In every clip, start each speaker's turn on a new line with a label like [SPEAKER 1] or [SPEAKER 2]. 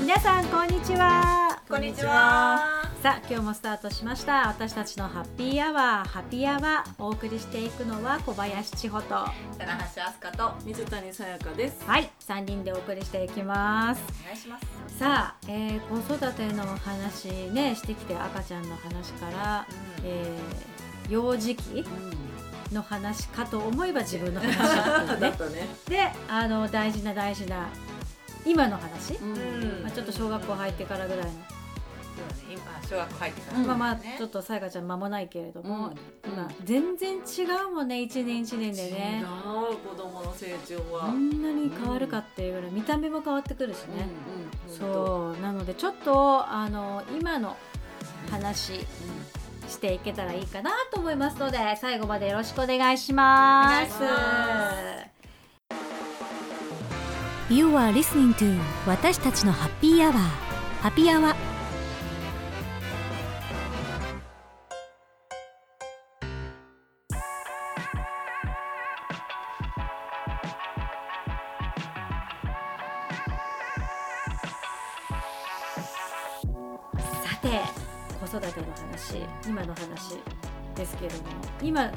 [SPEAKER 1] 皆さんこんにちは
[SPEAKER 2] こんにちは。
[SPEAKER 1] さあ今日もスタートしました私たちのハッピーアワーハッピーアワーお送りしていくのは小林千穂とは
[SPEAKER 2] 棚橋飛鳥と水谷さやかです。
[SPEAKER 1] い3人でお送りしていきます
[SPEAKER 2] お願いします。
[SPEAKER 1] さあ、えー子育ての話ねしてきて赤ちゃんの話から、
[SPEAKER 2] え
[SPEAKER 1] えー幼児期の話かと思えば自分の話だったよ
[SPEAKER 2] だ
[SPEAKER 1] ね
[SPEAKER 2] ったね。
[SPEAKER 1] であの大事な大事な今の話、
[SPEAKER 2] ん
[SPEAKER 1] まあ、ちょっと小学校入ってからぐらいの、
[SPEAKER 2] そうだね今小学校入ってから。
[SPEAKER 3] うん
[SPEAKER 1] まあまあ
[SPEAKER 2] ね
[SPEAKER 1] ちょっとさやかちゃん間もないけれども、
[SPEAKER 3] もう
[SPEAKER 1] 今
[SPEAKER 3] 今
[SPEAKER 1] 全然違うもんね一年一年で
[SPEAKER 2] 違
[SPEAKER 1] ね
[SPEAKER 2] う子供の成長
[SPEAKER 1] こ
[SPEAKER 2] は。
[SPEAKER 1] んなに変わるかっていうぐらい見た目も変わってくるしね、
[SPEAKER 2] う。
[SPEAKER 1] そうなのでちょっとあの今の話していけたらいいかなと思いますので最後までよろしくお願いします
[SPEAKER 2] お願
[SPEAKER 1] You are listening to 私たちのハッピーアワーハッピーアワーさて子育ての話今の話ですけれども今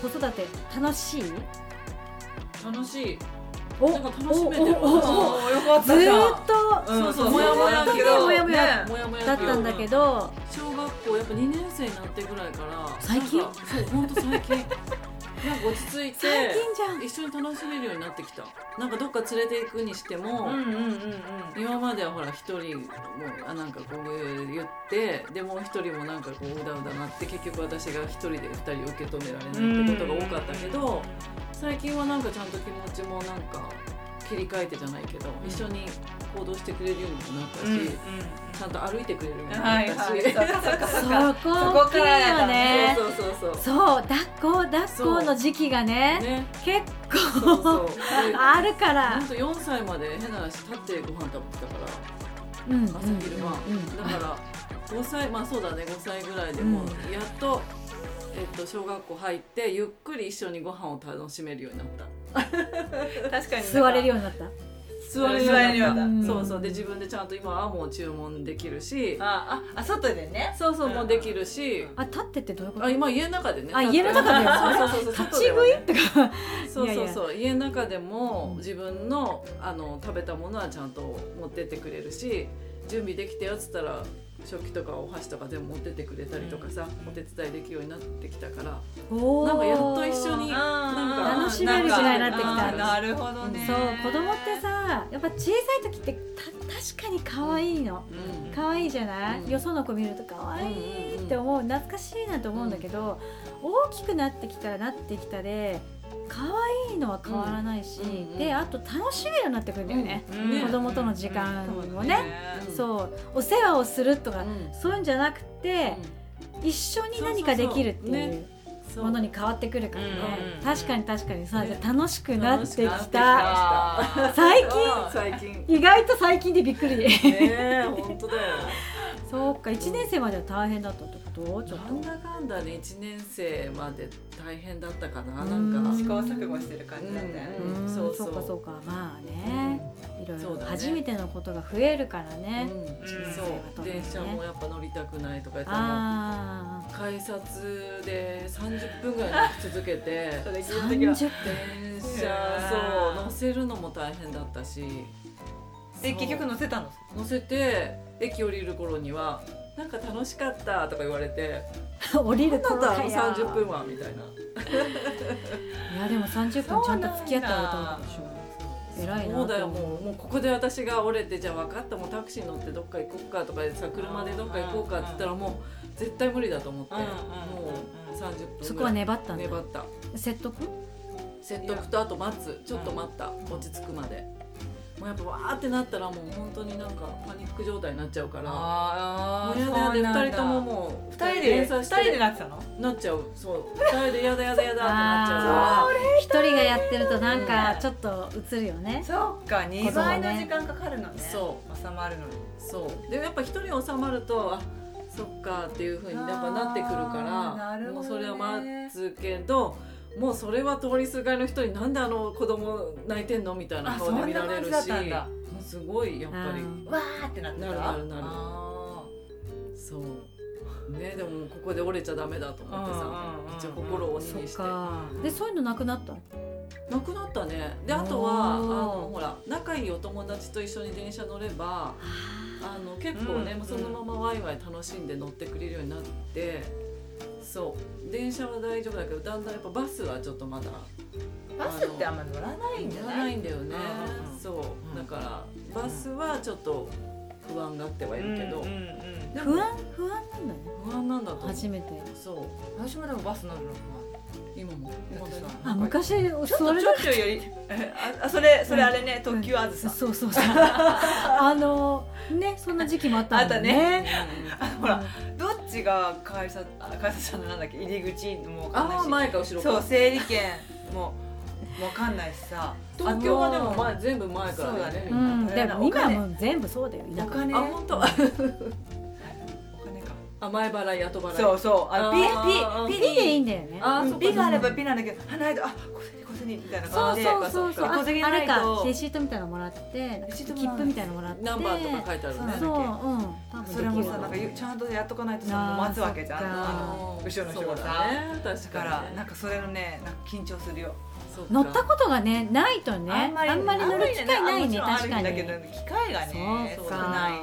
[SPEAKER 1] 子育て楽しい
[SPEAKER 2] 楽しい。
[SPEAKER 1] お
[SPEAKER 2] なんか楽しめて
[SPEAKER 1] おお
[SPEAKER 2] る。
[SPEAKER 1] おお
[SPEAKER 2] ーよか
[SPEAKER 1] ずー
[SPEAKER 2] ゃ
[SPEAKER 1] っと、
[SPEAKER 2] んそうそう。
[SPEAKER 1] ず
[SPEAKER 2] もやも
[SPEAKER 1] ー
[SPEAKER 2] や
[SPEAKER 1] っと
[SPEAKER 2] け
[SPEAKER 1] ね
[SPEAKER 2] ど。
[SPEAKER 1] もやもや
[SPEAKER 2] ねもやもや
[SPEAKER 1] だったんだけ
[SPEAKER 2] ど。
[SPEAKER 1] ど、
[SPEAKER 2] 小学校やっぱ二年生になってぐらいから。
[SPEAKER 1] 最近
[SPEAKER 2] なんかそう本当最近。 なんか落ち着いて。
[SPEAKER 1] 最近じゃん
[SPEAKER 2] 一緒に楽しめるようになってきたなんかどっか連れて行くにしても、
[SPEAKER 3] うんうんうんうん
[SPEAKER 2] 今まではほら一人もうあなんかこう言ってでもう一人もなんかこううだうだなって結局私が一人で二人受け止められないってことが多かったけど、最近はなんかちゃんと気持ちもなんか切り替えてじゃないけど、
[SPEAKER 3] うん
[SPEAKER 2] 一緒に行動してくれるようにもなったし、
[SPEAKER 3] うんうん
[SPEAKER 2] ちゃんと歩いてくれるようにな
[SPEAKER 3] はい
[SPEAKER 2] ったし、
[SPEAKER 3] はいそっかそっか
[SPEAKER 1] そ
[SPEAKER 3] そっ
[SPEAKER 1] こ大
[SPEAKER 3] か
[SPEAKER 1] きいよね
[SPEAKER 2] そうそうそうそう
[SPEAKER 1] そう抱っこ抱っこの時期がね
[SPEAKER 2] ね
[SPEAKER 1] 結
[SPEAKER 2] そ
[SPEAKER 1] 構
[SPEAKER 2] う そうで
[SPEAKER 1] あるか
[SPEAKER 2] ほ
[SPEAKER 1] ら
[SPEAKER 2] んと4歳まで変な話立ってご飯食べてたから
[SPEAKER 1] うん
[SPEAKER 2] 朝昼間、だから5歳まあそうだね5歳ぐらいでも、
[SPEAKER 1] う
[SPEAKER 2] やっと、えっと、小学校入ってゆっくり一緒にご飯を楽しめるようになった
[SPEAKER 3] 確かに
[SPEAKER 1] 座れるようになった
[SPEAKER 2] 座
[SPEAKER 3] れる
[SPEAKER 2] ようにな
[SPEAKER 1] 座
[SPEAKER 2] った
[SPEAKER 1] れるようになった
[SPEAKER 2] そうそうで自分でちゃんと今はもう注文できるし
[SPEAKER 3] あああ外でね
[SPEAKER 2] そうそう
[SPEAKER 3] うん
[SPEAKER 2] もうできるし、
[SPEAKER 1] あ立ってってどういうこと
[SPEAKER 2] あ今家の中でね
[SPEAKER 1] あ
[SPEAKER 2] 立
[SPEAKER 1] 家
[SPEAKER 2] って
[SPEAKER 1] の中で
[SPEAKER 2] そうそうそうそ う
[SPEAKER 1] 立ち食いってか
[SPEAKER 2] そうそう
[SPEAKER 1] い
[SPEAKER 2] そう家の中でも自分のあの食べたものはちゃんと持ってってくれるし準備できたよっつったら食器とかお箸とか全部持ってってくれたりとかさ、
[SPEAKER 3] うん
[SPEAKER 2] お手伝いできるようになってきたから
[SPEAKER 1] おー
[SPEAKER 2] なんかやっと一緒に
[SPEAKER 3] あー
[SPEAKER 1] 楽しめる時代になってきた
[SPEAKER 3] あーなるほどね
[SPEAKER 1] そう子供ってさやっぱ小さい時ってた確かに可愛いの
[SPEAKER 2] うん
[SPEAKER 1] 可愛いじゃない、
[SPEAKER 2] うん
[SPEAKER 1] よその子見ると可愛いって思う懐かしいなと思うんだけど、大きくなってきたらなってきたで可愛いのは変わらないし、
[SPEAKER 2] うんうん
[SPEAKER 1] であと楽しめるようになってくるんだよね、
[SPEAKER 2] う
[SPEAKER 3] うん
[SPEAKER 2] ね
[SPEAKER 1] 子供との時間をね,、
[SPEAKER 2] うん
[SPEAKER 1] そうお世話をするとか、
[SPEAKER 2] うん
[SPEAKER 1] そういうんじゃなくて、一緒に何かできるって
[SPEAKER 2] そうそう
[SPEAKER 1] い
[SPEAKER 2] そう
[SPEAKER 1] うものに変わってくるからね、
[SPEAKER 3] うん
[SPEAKER 1] 確かに確かにさ、
[SPEAKER 2] ね
[SPEAKER 1] 楽しくなってき
[SPEAKER 2] 楽しく
[SPEAKER 1] た
[SPEAKER 2] な
[SPEAKER 3] あー
[SPEAKER 1] 最近
[SPEAKER 3] そう
[SPEAKER 2] 最近
[SPEAKER 1] 意外と最近でびっくり
[SPEAKER 2] ねえ本当だよ
[SPEAKER 1] そうか1年生までは大変だったってことちょっ
[SPEAKER 2] なん
[SPEAKER 1] と
[SPEAKER 2] だかんだね1年生まで大変だったかな
[SPEAKER 1] う
[SPEAKER 2] なんんか
[SPEAKER 3] 試行錯誤してる感じだったよね
[SPEAKER 2] うん
[SPEAKER 1] そ
[SPEAKER 2] そううそ
[SPEAKER 1] そ
[SPEAKER 2] う
[SPEAKER 1] うかそうかまあねいろい
[SPEAKER 2] そ
[SPEAKER 1] ろ
[SPEAKER 2] うだね
[SPEAKER 1] 初めてのことが増えるからね
[SPEAKER 2] うんそう電車もやっぱ乗りたくないとかやったら
[SPEAKER 1] あ
[SPEAKER 2] 改札で30分ぐらい乗り続 けて
[SPEAKER 3] それ
[SPEAKER 1] あ
[SPEAKER 3] 聞いた時は
[SPEAKER 1] 30
[SPEAKER 2] 電
[SPEAKER 3] う
[SPEAKER 2] 車
[SPEAKER 3] わ
[SPEAKER 2] そう
[SPEAKER 3] ー
[SPEAKER 2] 乗せるのも大変だったし
[SPEAKER 3] え
[SPEAKER 2] そう
[SPEAKER 3] 結局乗せたの
[SPEAKER 2] 乗せて駅降りる頃には「なんか楽しかった」とか言われて
[SPEAKER 1] 分降り
[SPEAKER 2] 「な
[SPEAKER 1] る頃
[SPEAKER 2] んだ
[SPEAKER 1] か
[SPEAKER 2] あの
[SPEAKER 1] や
[SPEAKER 2] 30分は」みたいな。
[SPEAKER 1] いやでも30分ちゃんと付き合ってあげたわけでしょ偉いな
[SPEAKER 2] そうだよ
[SPEAKER 1] と思
[SPEAKER 2] もうもうここで私が折れてじゃあ分かったもうタクシー乗ってどっか行こっかとかでさ車でどっか行こうかって言ったらもう絶対無理だと思って
[SPEAKER 3] う
[SPEAKER 2] も
[SPEAKER 3] んうんうん
[SPEAKER 2] う30分ぐらい
[SPEAKER 1] そこは粘ったんだ
[SPEAKER 2] 粘った
[SPEAKER 1] 説得
[SPEAKER 2] 説得とあと待つちょっと待った、落ち着くまでもうやっぱわーってなったらもう本当になんかパニック状態になっちゃうからも
[SPEAKER 3] あ
[SPEAKER 2] うやだやだ
[SPEAKER 3] そうなんだ
[SPEAKER 2] 二人とももう
[SPEAKER 3] 二人で
[SPEAKER 2] 連
[SPEAKER 3] 二
[SPEAKER 2] 鎖し
[SPEAKER 3] 人で
[SPEAKER 2] て
[SPEAKER 3] なってたの
[SPEAKER 2] なっちゃうそう二人でやだやだやだってなっちゃう
[SPEAKER 1] あ
[SPEAKER 2] から
[SPEAKER 1] ー一人がやってるとなんかちょっと映るよね
[SPEAKER 3] そうか二倍の時間かかるのね
[SPEAKER 2] そう
[SPEAKER 3] 収まるのに
[SPEAKER 2] そうでもやっぱ一人収まるとあそっかっていうふうにやっぱなってくる
[SPEAKER 3] あー
[SPEAKER 2] から
[SPEAKER 3] なるほどね
[SPEAKER 2] もうそれは待つけどもうそれは通りすがりの人になんであの子供泣いてんのみたいな
[SPEAKER 3] あ
[SPEAKER 2] 顔
[SPEAKER 3] そ
[SPEAKER 2] で
[SPEAKER 3] ん
[SPEAKER 2] 見
[SPEAKER 3] な
[SPEAKER 2] られ
[SPEAKER 3] 感
[SPEAKER 2] る
[SPEAKER 3] じ
[SPEAKER 2] し
[SPEAKER 3] だったんだ
[SPEAKER 2] すごいやっぱり
[SPEAKER 1] うん
[SPEAKER 3] わーってなってた
[SPEAKER 2] なるなるなる
[SPEAKER 3] あ
[SPEAKER 2] そうねでもここで折れちゃダメだと思ってさ
[SPEAKER 3] うんうんうんうん
[SPEAKER 2] めっちゃ心を鬼
[SPEAKER 1] そ
[SPEAKER 2] に
[SPEAKER 1] っ
[SPEAKER 2] して
[SPEAKER 1] かでそういうのなくなった
[SPEAKER 2] なくなったねであとはあ
[SPEAKER 1] おー
[SPEAKER 2] のほら仲いいお友達と一緒に電車乗ればあの結構ね、
[SPEAKER 3] うん
[SPEAKER 2] もうそのままワイワイ楽しんで乗ってくれるようになってそう電車は大丈夫だけどだんだんやっぱバスはちょっとまだ
[SPEAKER 3] ーバスってあんま乗らないんじゃ
[SPEAKER 2] 乗
[SPEAKER 3] な
[SPEAKER 2] ら
[SPEAKER 3] い
[SPEAKER 2] ないんだよね
[SPEAKER 3] うん
[SPEAKER 2] そう
[SPEAKER 3] うん
[SPEAKER 2] だからバスはちょっと不安があってはいるけど、
[SPEAKER 3] うんうんうん
[SPEAKER 2] でも
[SPEAKER 1] 不安不安なんだね
[SPEAKER 2] 不安なんだと思う
[SPEAKER 1] 初めて
[SPEAKER 2] そう
[SPEAKER 3] 私もでもバス乗るのか
[SPEAKER 2] 今も
[SPEAKER 3] だってさ
[SPEAKER 1] あ昔座
[SPEAKER 3] な
[SPEAKER 1] れ
[SPEAKER 3] ちょっとよりああそれそれあれね特急あず
[SPEAKER 1] た
[SPEAKER 3] さ
[SPEAKER 1] そう そうそうあのねそんな時期もあったんだね
[SPEAKER 2] あ
[SPEAKER 3] ほらどっちが改札あ改札じゃないなんだっけ入り口もわかんない
[SPEAKER 2] あ
[SPEAKER 3] し
[SPEAKER 2] 前か後ろ
[SPEAKER 3] そう
[SPEAKER 2] か
[SPEAKER 3] 整理券もわかんないしさ
[SPEAKER 2] 東京はでも前全部前からだよね
[SPEAKER 3] そうだね
[SPEAKER 1] う、
[SPEAKER 2] みんなん
[SPEAKER 1] でも今はもう全部そうだよ田
[SPEAKER 3] お
[SPEAKER 1] 舎
[SPEAKER 3] 金
[SPEAKER 2] あ本当
[SPEAKER 3] お金か
[SPEAKER 2] あ前払い後払い
[SPEAKER 3] そうそうあの
[SPEAKER 2] あー
[SPEAKER 3] ピ
[SPEAKER 1] ピ
[SPEAKER 3] ピ
[SPEAKER 1] ピ
[SPEAKER 3] ピ
[SPEAKER 1] でいいんだよね
[SPEAKER 2] あーそ
[SPEAKER 3] うん
[SPEAKER 2] うか
[SPEAKER 3] ピがあればピなんだけどあないとあ小銭小銭みたいな
[SPEAKER 1] そ
[SPEAKER 3] 感
[SPEAKER 1] う
[SPEAKER 3] じで
[SPEAKER 1] そうそうそう
[SPEAKER 2] あ
[SPEAKER 1] あ
[SPEAKER 3] 小銭
[SPEAKER 1] あ
[SPEAKER 3] な
[SPEAKER 1] れ
[SPEAKER 3] いと
[SPEAKER 1] かレシートみたいなのもらって
[SPEAKER 3] シートも
[SPEAKER 1] 切
[SPEAKER 3] らう
[SPEAKER 1] 符みたいなのもらって
[SPEAKER 2] ナンバーとか書いてあるね
[SPEAKER 1] そううん
[SPEAKER 3] それもさなんか
[SPEAKER 1] 言
[SPEAKER 3] ゆちゃんとやっとかないとさもう待つわけじゃん
[SPEAKER 1] あー
[SPEAKER 3] あの
[SPEAKER 2] うん
[SPEAKER 3] 後ろの人
[SPEAKER 2] そう
[SPEAKER 3] がさ
[SPEAKER 2] だね確
[SPEAKER 3] だか
[SPEAKER 2] からに
[SPEAKER 3] なん
[SPEAKER 2] ね
[SPEAKER 3] かそれのねなんか緊張するよ
[SPEAKER 2] そうか
[SPEAKER 1] 乗ったことがねないとねあんまり乗る機会ないね
[SPEAKER 3] あんま
[SPEAKER 1] 確
[SPEAKER 3] り
[SPEAKER 1] か
[SPEAKER 3] ある
[SPEAKER 1] に
[SPEAKER 3] んだけど機会がね
[SPEAKER 2] そ
[SPEAKER 3] 少
[SPEAKER 2] うか
[SPEAKER 3] ない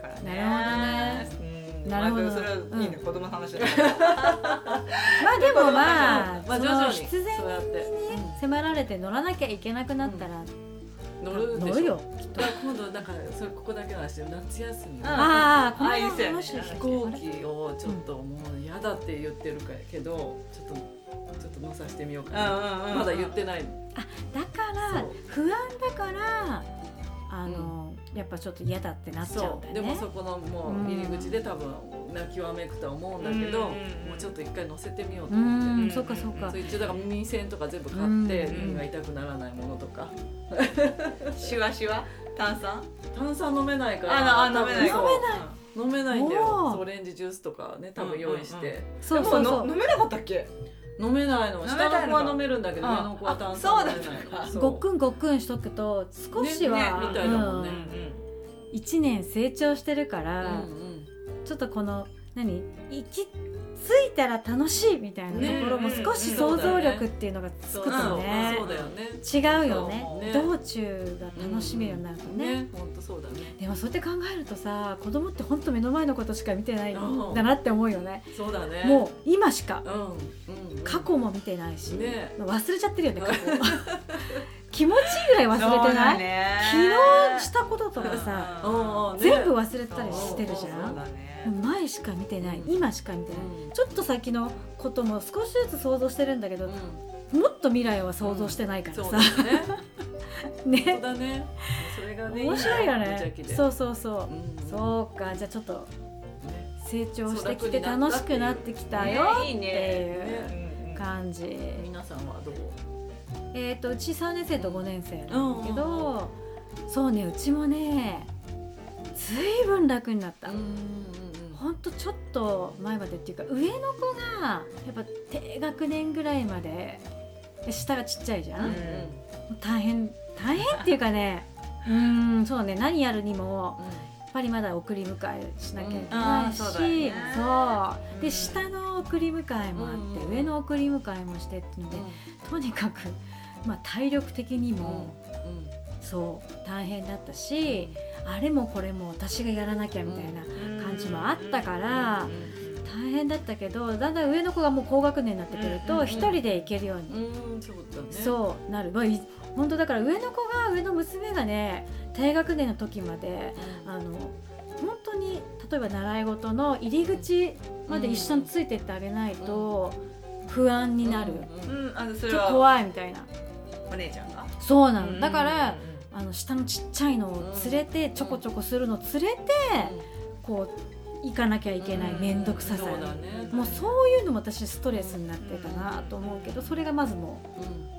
[SPEAKER 3] からね
[SPEAKER 1] なる
[SPEAKER 3] ほどね
[SPEAKER 1] なるほど
[SPEAKER 3] それはいいね
[SPEAKER 1] う
[SPEAKER 3] 子供の話 だけど
[SPEAKER 1] まあでもまあ
[SPEAKER 2] まあ
[SPEAKER 1] そ
[SPEAKER 2] 徐々
[SPEAKER 1] の
[SPEAKER 2] に
[SPEAKER 1] 必然
[SPEAKER 2] そうやって
[SPEAKER 1] に迫られて乗らなきゃいけなくなったら
[SPEAKER 2] 乗るでしょ
[SPEAKER 1] 乗るよ
[SPEAKER 2] だから今度だからそれここだけの話で夏休み
[SPEAKER 3] うん
[SPEAKER 2] の
[SPEAKER 1] ああこ
[SPEAKER 3] ああいう
[SPEAKER 1] の
[SPEAKER 3] 線
[SPEAKER 1] 話
[SPEAKER 2] 飛行機をちょっともう嫌だって言ってるかけどちょっとちょっと乗させてみようかなま
[SPEAKER 3] ま
[SPEAKER 2] だ言ってない
[SPEAKER 1] だから
[SPEAKER 2] そう
[SPEAKER 1] 不安だからあの、やっぱちょっと嫌だってなっちゃうんだ
[SPEAKER 2] そう
[SPEAKER 1] よね
[SPEAKER 2] でもそこのもう入り口で多分泣きわめくとは思うんだけ
[SPEAKER 3] う
[SPEAKER 2] ど
[SPEAKER 3] んうんうん
[SPEAKER 2] もうちょっと一回乗せてみよう
[SPEAKER 1] う
[SPEAKER 2] と思って
[SPEAKER 1] んそっかそっか
[SPEAKER 2] そう一応だから耳栓とか全部買って
[SPEAKER 1] うん
[SPEAKER 2] 耳が痛くならないものとか
[SPEAKER 3] シュワシュワ炭酸
[SPEAKER 2] 炭酸飲めないか
[SPEAKER 3] あ
[SPEAKER 2] ら
[SPEAKER 3] あ飲めない
[SPEAKER 2] 多分そう飲めないんだよ
[SPEAKER 1] おー
[SPEAKER 2] そうオレンジジュースとかね多分用意して
[SPEAKER 1] そう
[SPEAKER 3] も
[SPEAKER 1] そううそう
[SPEAKER 3] の飲めなかったっけ
[SPEAKER 2] 飲めないの
[SPEAKER 3] 飲め
[SPEAKER 2] 下
[SPEAKER 3] ないの
[SPEAKER 2] の子は飲めるんだけど
[SPEAKER 3] あ
[SPEAKER 2] 上の子は炭酸飲め
[SPEAKER 3] あ
[SPEAKER 2] な
[SPEAKER 3] そうだったか
[SPEAKER 2] いそう
[SPEAKER 1] ごっくんごっくんしとくと少しは、
[SPEAKER 2] ねねみたいだもんね
[SPEAKER 1] うん、1年成長してるか
[SPEAKER 2] う
[SPEAKER 1] ら、
[SPEAKER 2] ん
[SPEAKER 1] ちょっとこの何行き着いたら楽しいみたいなところも
[SPEAKER 3] ね
[SPEAKER 1] 少し想像力っていうのがつ
[SPEAKER 2] そ
[SPEAKER 1] く
[SPEAKER 2] う
[SPEAKER 1] と
[SPEAKER 2] そう
[SPEAKER 1] ね
[SPEAKER 2] そうだよね
[SPEAKER 1] 違うよね
[SPEAKER 2] そうね
[SPEAKER 1] 道中が楽しめるようになるとね
[SPEAKER 2] ね本当そうだね
[SPEAKER 1] でもそうやって考えるとさ子供って本当目の前のことしか見てない
[SPEAKER 2] うん
[SPEAKER 1] んだなって思うよね
[SPEAKER 2] そうだね
[SPEAKER 1] もう今しか
[SPEAKER 2] うんうんうん
[SPEAKER 1] 過去も見てないし、
[SPEAKER 2] ね
[SPEAKER 1] 忘れちゃってるよね過去気持ちいいぐらい忘れてない、昨日したこととかさ、
[SPEAKER 2] うんうんね
[SPEAKER 1] 全部忘れてたりしてるじ
[SPEAKER 2] うん
[SPEAKER 1] ゃ
[SPEAKER 2] うん
[SPEAKER 1] ん
[SPEAKER 2] う
[SPEAKER 1] 前しか見てない
[SPEAKER 2] うん
[SPEAKER 1] 今しか見てない、ちょっと先のことも少しずつ想像してるんだけど
[SPEAKER 2] う、ん
[SPEAKER 1] もっと未来は想像してないから
[SPEAKER 2] そう
[SPEAKER 1] さ
[SPEAKER 2] だ、ね。 そう
[SPEAKER 1] ね
[SPEAKER 2] だね。それがね。
[SPEAKER 1] 面白いよ
[SPEAKER 2] 無邪
[SPEAKER 1] ね
[SPEAKER 2] 気で
[SPEAKER 1] そうそうそうう、
[SPEAKER 2] ん
[SPEAKER 1] そうかじゃあちょっと
[SPEAKER 2] うんね
[SPEAKER 1] 成長してき
[SPEAKER 2] そう楽
[SPEAKER 1] て
[SPEAKER 2] にな
[SPEAKER 1] 楽
[SPEAKER 2] ったっ
[SPEAKER 1] して
[SPEAKER 2] いう
[SPEAKER 1] くなってきたよ
[SPEAKER 3] いい
[SPEAKER 1] ってい
[SPEAKER 3] ね
[SPEAKER 1] う
[SPEAKER 2] ね
[SPEAKER 1] 感じ、
[SPEAKER 2] 皆さんはどう？
[SPEAKER 1] えー、とうち3年生と5年生なんだけど、そうねうちもねずいぶん楽になった、
[SPEAKER 2] うんうん
[SPEAKER 1] ほんとちょっと前までっていうか上の子がやっぱ低学年ぐらいまでで下がちっちゃいじゃん、
[SPEAKER 2] う
[SPEAKER 1] も
[SPEAKER 2] ん
[SPEAKER 1] う大変大変っていうか ねうんそうね何やるにもやっぱりまだ送り迎えしなきゃいけないし、
[SPEAKER 3] うんあーそう
[SPEAKER 1] そう
[SPEAKER 3] だよねう
[SPEAKER 1] で
[SPEAKER 3] ん
[SPEAKER 1] 下の送り迎えもあって、
[SPEAKER 2] うん
[SPEAKER 1] 上の送り迎えもしてっていうので、とにかく、まあ、体力的にも、そう大変だったしあれもこれも私がやらなきゃみたいな感じもあったから大変だったけどだんだん上の子がもう高学年になってくる
[SPEAKER 3] うんうんう
[SPEAKER 1] と
[SPEAKER 3] ん
[SPEAKER 1] 一人で行けるように
[SPEAKER 2] うんうんそうだね。
[SPEAKER 1] そうなるまあい本当だから上の子が上の娘がね低学年の時まであの本当に例えば習い事の入り口まで一緒についてってあげないと不安になる
[SPEAKER 2] うんうん
[SPEAKER 3] うんあのそ
[SPEAKER 1] ちょっ
[SPEAKER 3] れ
[SPEAKER 1] と
[SPEAKER 3] は
[SPEAKER 1] 怖いみたいな
[SPEAKER 3] お姉ちゃんが
[SPEAKER 1] そうなのだからあの下のちっちゃいのを連れて、ちょこちょこするの連れて、こう行かなきゃいけない
[SPEAKER 2] うん
[SPEAKER 1] 面倒くささ、
[SPEAKER 2] そうだね。
[SPEAKER 1] もうそういうのも私ストレスになってたなと思うけどそれがまずも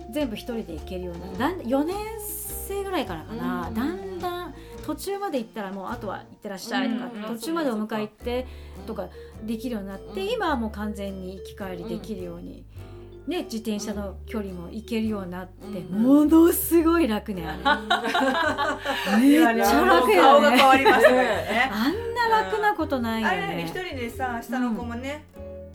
[SPEAKER 1] う全部一人で行けるよう
[SPEAKER 2] うん
[SPEAKER 1] になだん4年生ぐらいからかな、
[SPEAKER 2] うん
[SPEAKER 1] だんだん途中まで行ったらもうあとは行ってらっしゃいとか、
[SPEAKER 2] うん
[SPEAKER 1] 途中までお迎え行って
[SPEAKER 2] うん
[SPEAKER 1] とかできるようになって、
[SPEAKER 2] うん
[SPEAKER 1] 今はもう完全に行き帰りできるようにね、自転車の距離も行けるようになって、
[SPEAKER 2] うん
[SPEAKER 1] ものすごい楽ねあれめっちゃ楽
[SPEAKER 3] 顔
[SPEAKER 1] や
[SPEAKER 3] が変
[SPEAKER 1] ね
[SPEAKER 3] わりましたからね
[SPEAKER 1] あんな楽なことないよ
[SPEAKER 3] あれだよね一
[SPEAKER 1] ね
[SPEAKER 3] 人でさ下の子もね、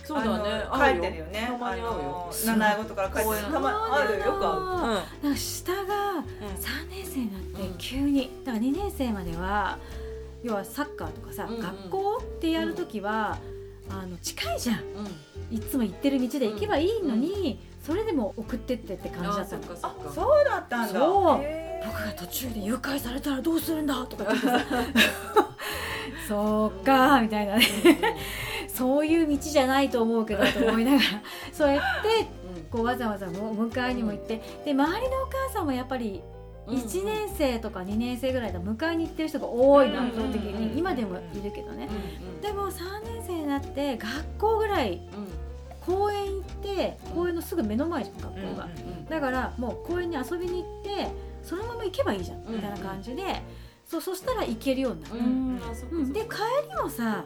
[SPEAKER 2] そうだね
[SPEAKER 3] あの
[SPEAKER 2] 会
[SPEAKER 3] 帰
[SPEAKER 2] う
[SPEAKER 3] ってるよね
[SPEAKER 2] たまに会う
[SPEAKER 3] あ
[SPEAKER 2] よ
[SPEAKER 3] の習い事から帰って
[SPEAKER 2] 公
[SPEAKER 3] る
[SPEAKER 2] 園
[SPEAKER 3] たまに会うよよく会う
[SPEAKER 1] あのなんか下が3年生になって急に、だから2年生までは要はサッカーとかさ、
[SPEAKER 2] うんうん
[SPEAKER 1] 学校ってやるときは、あの近いじゃん
[SPEAKER 2] うんうん
[SPEAKER 1] いつも行ってる道で行けばいいのに、それでも送ってってって感じだ
[SPEAKER 2] あ
[SPEAKER 1] った
[SPEAKER 2] そっ
[SPEAKER 1] の
[SPEAKER 2] かそ
[SPEAKER 3] あ
[SPEAKER 2] っか
[SPEAKER 3] そうだったんだ
[SPEAKER 1] そう
[SPEAKER 3] へ
[SPEAKER 1] 僕が途中で誘拐されたらどうするんだとか言って さそうかみたいなねそういう道じゃないと思うけどと思いながらそうやってこうわざわざもう迎えにも行ってで周りのお母さんもやっぱり
[SPEAKER 2] うんうん
[SPEAKER 1] 1年生とか2年生ぐらいで迎えに行ってる人が多いな圧倒的
[SPEAKER 2] うんうんうんうん
[SPEAKER 1] に今でもいるけどね
[SPEAKER 2] うん
[SPEAKER 1] でも3年生になって学校ぐらい公園行って公園のすぐ目の前じゃん学校が
[SPEAKER 3] うん
[SPEAKER 2] うん
[SPEAKER 1] だからもう公園に遊びに行ってそのまま行けばいいじゃん
[SPEAKER 2] うん
[SPEAKER 1] みたいな感じでそうそしたら行けるようになる
[SPEAKER 2] う、んあそっかそっか
[SPEAKER 1] うんで帰りもさ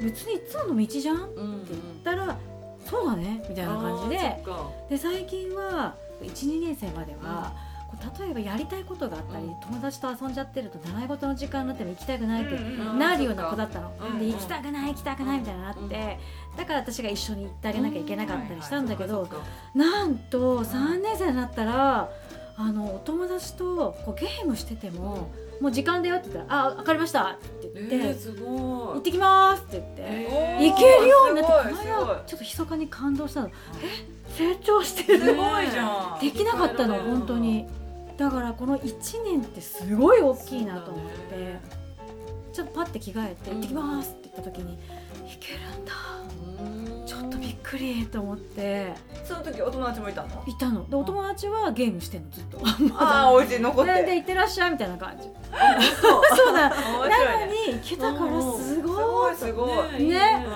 [SPEAKER 1] 別にいつもの道じゃんって
[SPEAKER 2] うんうん
[SPEAKER 1] 言ったらそうだねみたいな感じ
[SPEAKER 2] あー
[SPEAKER 1] で
[SPEAKER 2] そっか
[SPEAKER 1] で最近は12年生までは、こう例えばやりたいことがあったり、
[SPEAKER 2] うん
[SPEAKER 1] 友達と遊んじゃってると習い事の時間になっても行きたくないって、
[SPEAKER 2] うん
[SPEAKER 1] なるような子だったの、
[SPEAKER 2] うん
[SPEAKER 1] で
[SPEAKER 2] うん
[SPEAKER 1] 行きたくない行きたくないみたいになって、だから私が一緒に行ってあげなきゃいけなかったりしたんだけど、
[SPEAKER 2] そっかそっか
[SPEAKER 1] なんと3年生になったら、あのお友達とこうゲームしてても、もう時間だよって言ったら「あ分かりました」って言
[SPEAKER 2] え
[SPEAKER 1] って「
[SPEAKER 2] ーすご
[SPEAKER 1] 行っ
[SPEAKER 2] い
[SPEAKER 1] てきます」って言って。
[SPEAKER 2] えー
[SPEAKER 1] 行けるようになって
[SPEAKER 3] おー
[SPEAKER 1] こ
[SPEAKER 3] す
[SPEAKER 1] の
[SPEAKER 3] ごい
[SPEAKER 1] 間ちょっと密かに感動したのえ成長して
[SPEAKER 3] すごいす
[SPEAKER 1] る
[SPEAKER 3] ごいじゃん
[SPEAKER 1] できなかったの本当にだからこの1年ってすごい大きいなと思って、
[SPEAKER 2] そうだね
[SPEAKER 1] ちょっとパッて着替えて「
[SPEAKER 2] うん
[SPEAKER 1] 行ってきます」って言った時に「行けるんだ」ちょっとびっくりと思って
[SPEAKER 3] その時お友達もいたの
[SPEAKER 1] いたのでお友達はゲームしてんのずっと
[SPEAKER 3] ああおうちに残っ
[SPEAKER 1] なんで
[SPEAKER 3] て
[SPEAKER 1] 行ってらっしゃいみたいな感じそうだ
[SPEAKER 3] 面白
[SPEAKER 1] ないの
[SPEAKER 3] ね
[SPEAKER 1] に行けたからす
[SPEAKER 3] す
[SPEAKER 1] ご
[SPEAKER 3] ご
[SPEAKER 1] い
[SPEAKER 3] いすごい
[SPEAKER 2] ね
[SPEAKER 1] ね
[SPEAKER 2] いい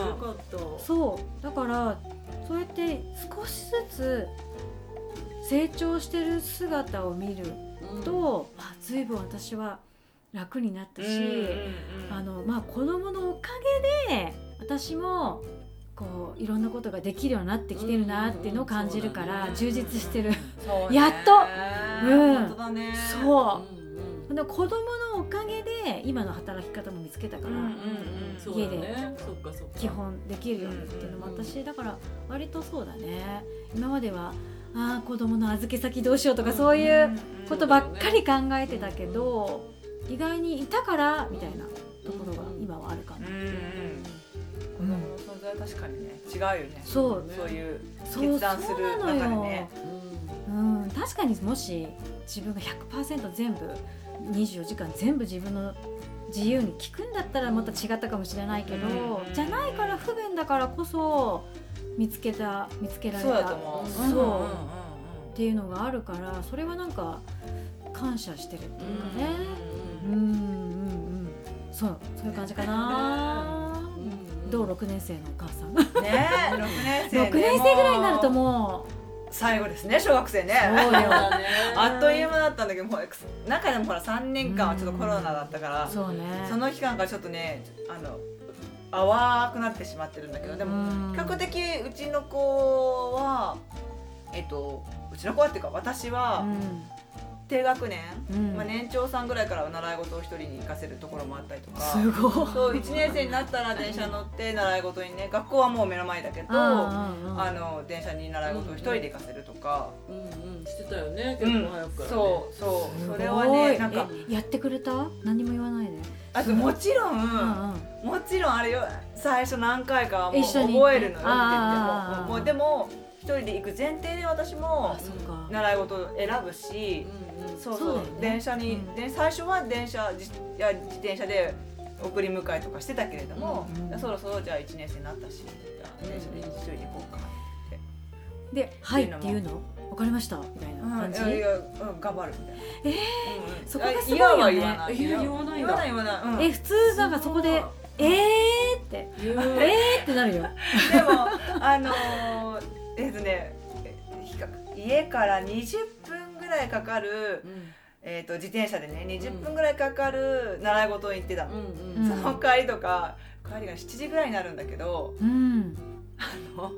[SPEAKER 2] よかった
[SPEAKER 1] そうだからそうやって少しずつ成長してる姿を見ると、まあ、随分私は楽になったし、あのまあ、子供のおかげで私もこういろんなことができるようになってきてるなっていうのを感じるから、
[SPEAKER 2] うんうん
[SPEAKER 1] 充実してる、
[SPEAKER 3] や
[SPEAKER 1] や
[SPEAKER 3] っ
[SPEAKER 1] っ
[SPEAKER 3] と
[SPEAKER 1] と
[SPEAKER 3] うん
[SPEAKER 1] うん
[SPEAKER 3] 本当だね
[SPEAKER 1] そう
[SPEAKER 2] うんうん
[SPEAKER 1] で子供のおかげで今の働き方も見つけたから、
[SPEAKER 3] うんうん
[SPEAKER 2] そうだね
[SPEAKER 1] 家
[SPEAKER 2] そっかそっか
[SPEAKER 1] 基本できるようにっていうのも
[SPEAKER 2] うん
[SPEAKER 1] 私だから割とそうだね今まではあー子供の預け先どうしようとかそういうことばっかり考えてたけど意外にいたからみたいなところが今はあるか
[SPEAKER 3] うん
[SPEAKER 1] な
[SPEAKER 3] う。ん子供の存在は確かにね違うよね
[SPEAKER 1] そう
[SPEAKER 3] そういう
[SPEAKER 1] そう
[SPEAKER 3] 決
[SPEAKER 1] そ
[SPEAKER 3] 断する
[SPEAKER 1] う
[SPEAKER 3] 中
[SPEAKER 1] な
[SPEAKER 3] で
[SPEAKER 1] のよ
[SPEAKER 3] ね、
[SPEAKER 1] うん、確かにもし自分が100%全部24時間全部自分の自由に聞くんだったらまた違ったかもしれないけど、
[SPEAKER 3] うん
[SPEAKER 1] じゃないから不便だからこそ見つけた見つけられ
[SPEAKER 3] そうだと
[SPEAKER 1] た
[SPEAKER 3] 思う
[SPEAKER 2] そ
[SPEAKER 1] うん
[SPEAKER 3] んんん
[SPEAKER 1] っていうのがあるからそれはなんか感謝してるっていうかねうんうんうんそうそういう感じか な
[SPEAKER 2] うんうん
[SPEAKER 1] どう6年生のお母さん
[SPEAKER 3] ねえ六年生ね
[SPEAKER 1] 6年生ぐらいになるとも
[SPEAKER 3] う最後ですね小学生ね
[SPEAKER 1] うそう
[SPEAKER 2] そう
[SPEAKER 1] よ
[SPEAKER 2] だね
[SPEAKER 3] あっという間だったんだけどもう中でもほら3年間はちょっとコロナだったから、
[SPEAKER 1] そうね
[SPEAKER 3] その期間がちょっとねあの淡くなってしまってるんだけどでも
[SPEAKER 1] うん
[SPEAKER 3] 比較的うちの子はえっとうちの子はっていうか私は低学年、
[SPEAKER 1] うん
[SPEAKER 3] まあ、年長さんぐらいからは習い事を一人に行かせるところもあったりとか。
[SPEAKER 1] すごい
[SPEAKER 3] そう1年生になったら電車乗って習い事にね学校はもう目の前だけどあ
[SPEAKER 1] あ
[SPEAKER 3] の電車に習い事を一人で行かせるとか、
[SPEAKER 2] うんうんしてたよね
[SPEAKER 3] うん
[SPEAKER 2] 結構早くからね
[SPEAKER 3] そうそう
[SPEAKER 1] すご
[SPEAKER 3] そ
[SPEAKER 1] い
[SPEAKER 3] れはねなんか
[SPEAKER 1] やってくれた何も言わないで
[SPEAKER 3] あともちろん、
[SPEAKER 1] うんうん
[SPEAKER 3] もちろんあれよ最初何回かはもう
[SPEAKER 1] 一緒に
[SPEAKER 3] 覚えるのよって言って
[SPEAKER 1] あ
[SPEAKER 3] も
[SPEAKER 1] ー
[SPEAKER 3] もうでも一人で行く前提で私も
[SPEAKER 1] あそうか
[SPEAKER 3] 習い事を選ぶし、
[SPEAKER 2] うんうん
[SPEAKER 3] そうそう
[SPEAKER 1] そうだよね
[SPEAKER 3] 電車に、
[SPEAKER 1] うん
[SPEAKER 3] で最初は電車自いや自転車で送り迎えとかしてたけれども、
[SPEAKER 1] うんうん
[SPEAKER 3] そろそろじゃあ1年生になったしじゃあ電車で一人で行こうか、
[SPEAKER 1] で「はい」っていうの「わかりました」みたいな
[SPEAKER 3] うん
[SPEAKER 1] 感
[SPEAKER 3] い
[SPEAKER 1] じ
[SPEAKER 3] やいや、うん、頑張るみたいな
[SPEAKER 1] え
[SPEAKER 3] うんうん
[SPEAKER 1] そこがすごいよ
[SPEAKER 3] や
[SPEAKER 1] ね
[SPEAKER 3] 嫌は言わない
[SPEAKER 2] いや言わない
[SPEAKER 3] 言
[SPEAKER 2] んだ
[SPEAKER 3] わない言わない、うん
[SPEAKER 1] え普通なんかそこで「えー」って
[SPEAKER 2] 言う
[SPEAKER 1] 「えー」ってなるよ
[SPEAKER 3] でもあのー、えっとね比較家から20分ぐらいかかる
[SPEAKER 2] う、ん
[SPEAKER 3] えっと自転車でね20分ぐらいかかる習い事に行ってた
[SPEAKER 2] う
[SPEAKER 3] の、
[SPEAKER 2] ん
[SPEAKER 1] うん
[SPEAKER 3] その帰りとか帰りが7時ぐらいになるんだけど
[SPEAKER 1] うん
[SPEAKER 3] あの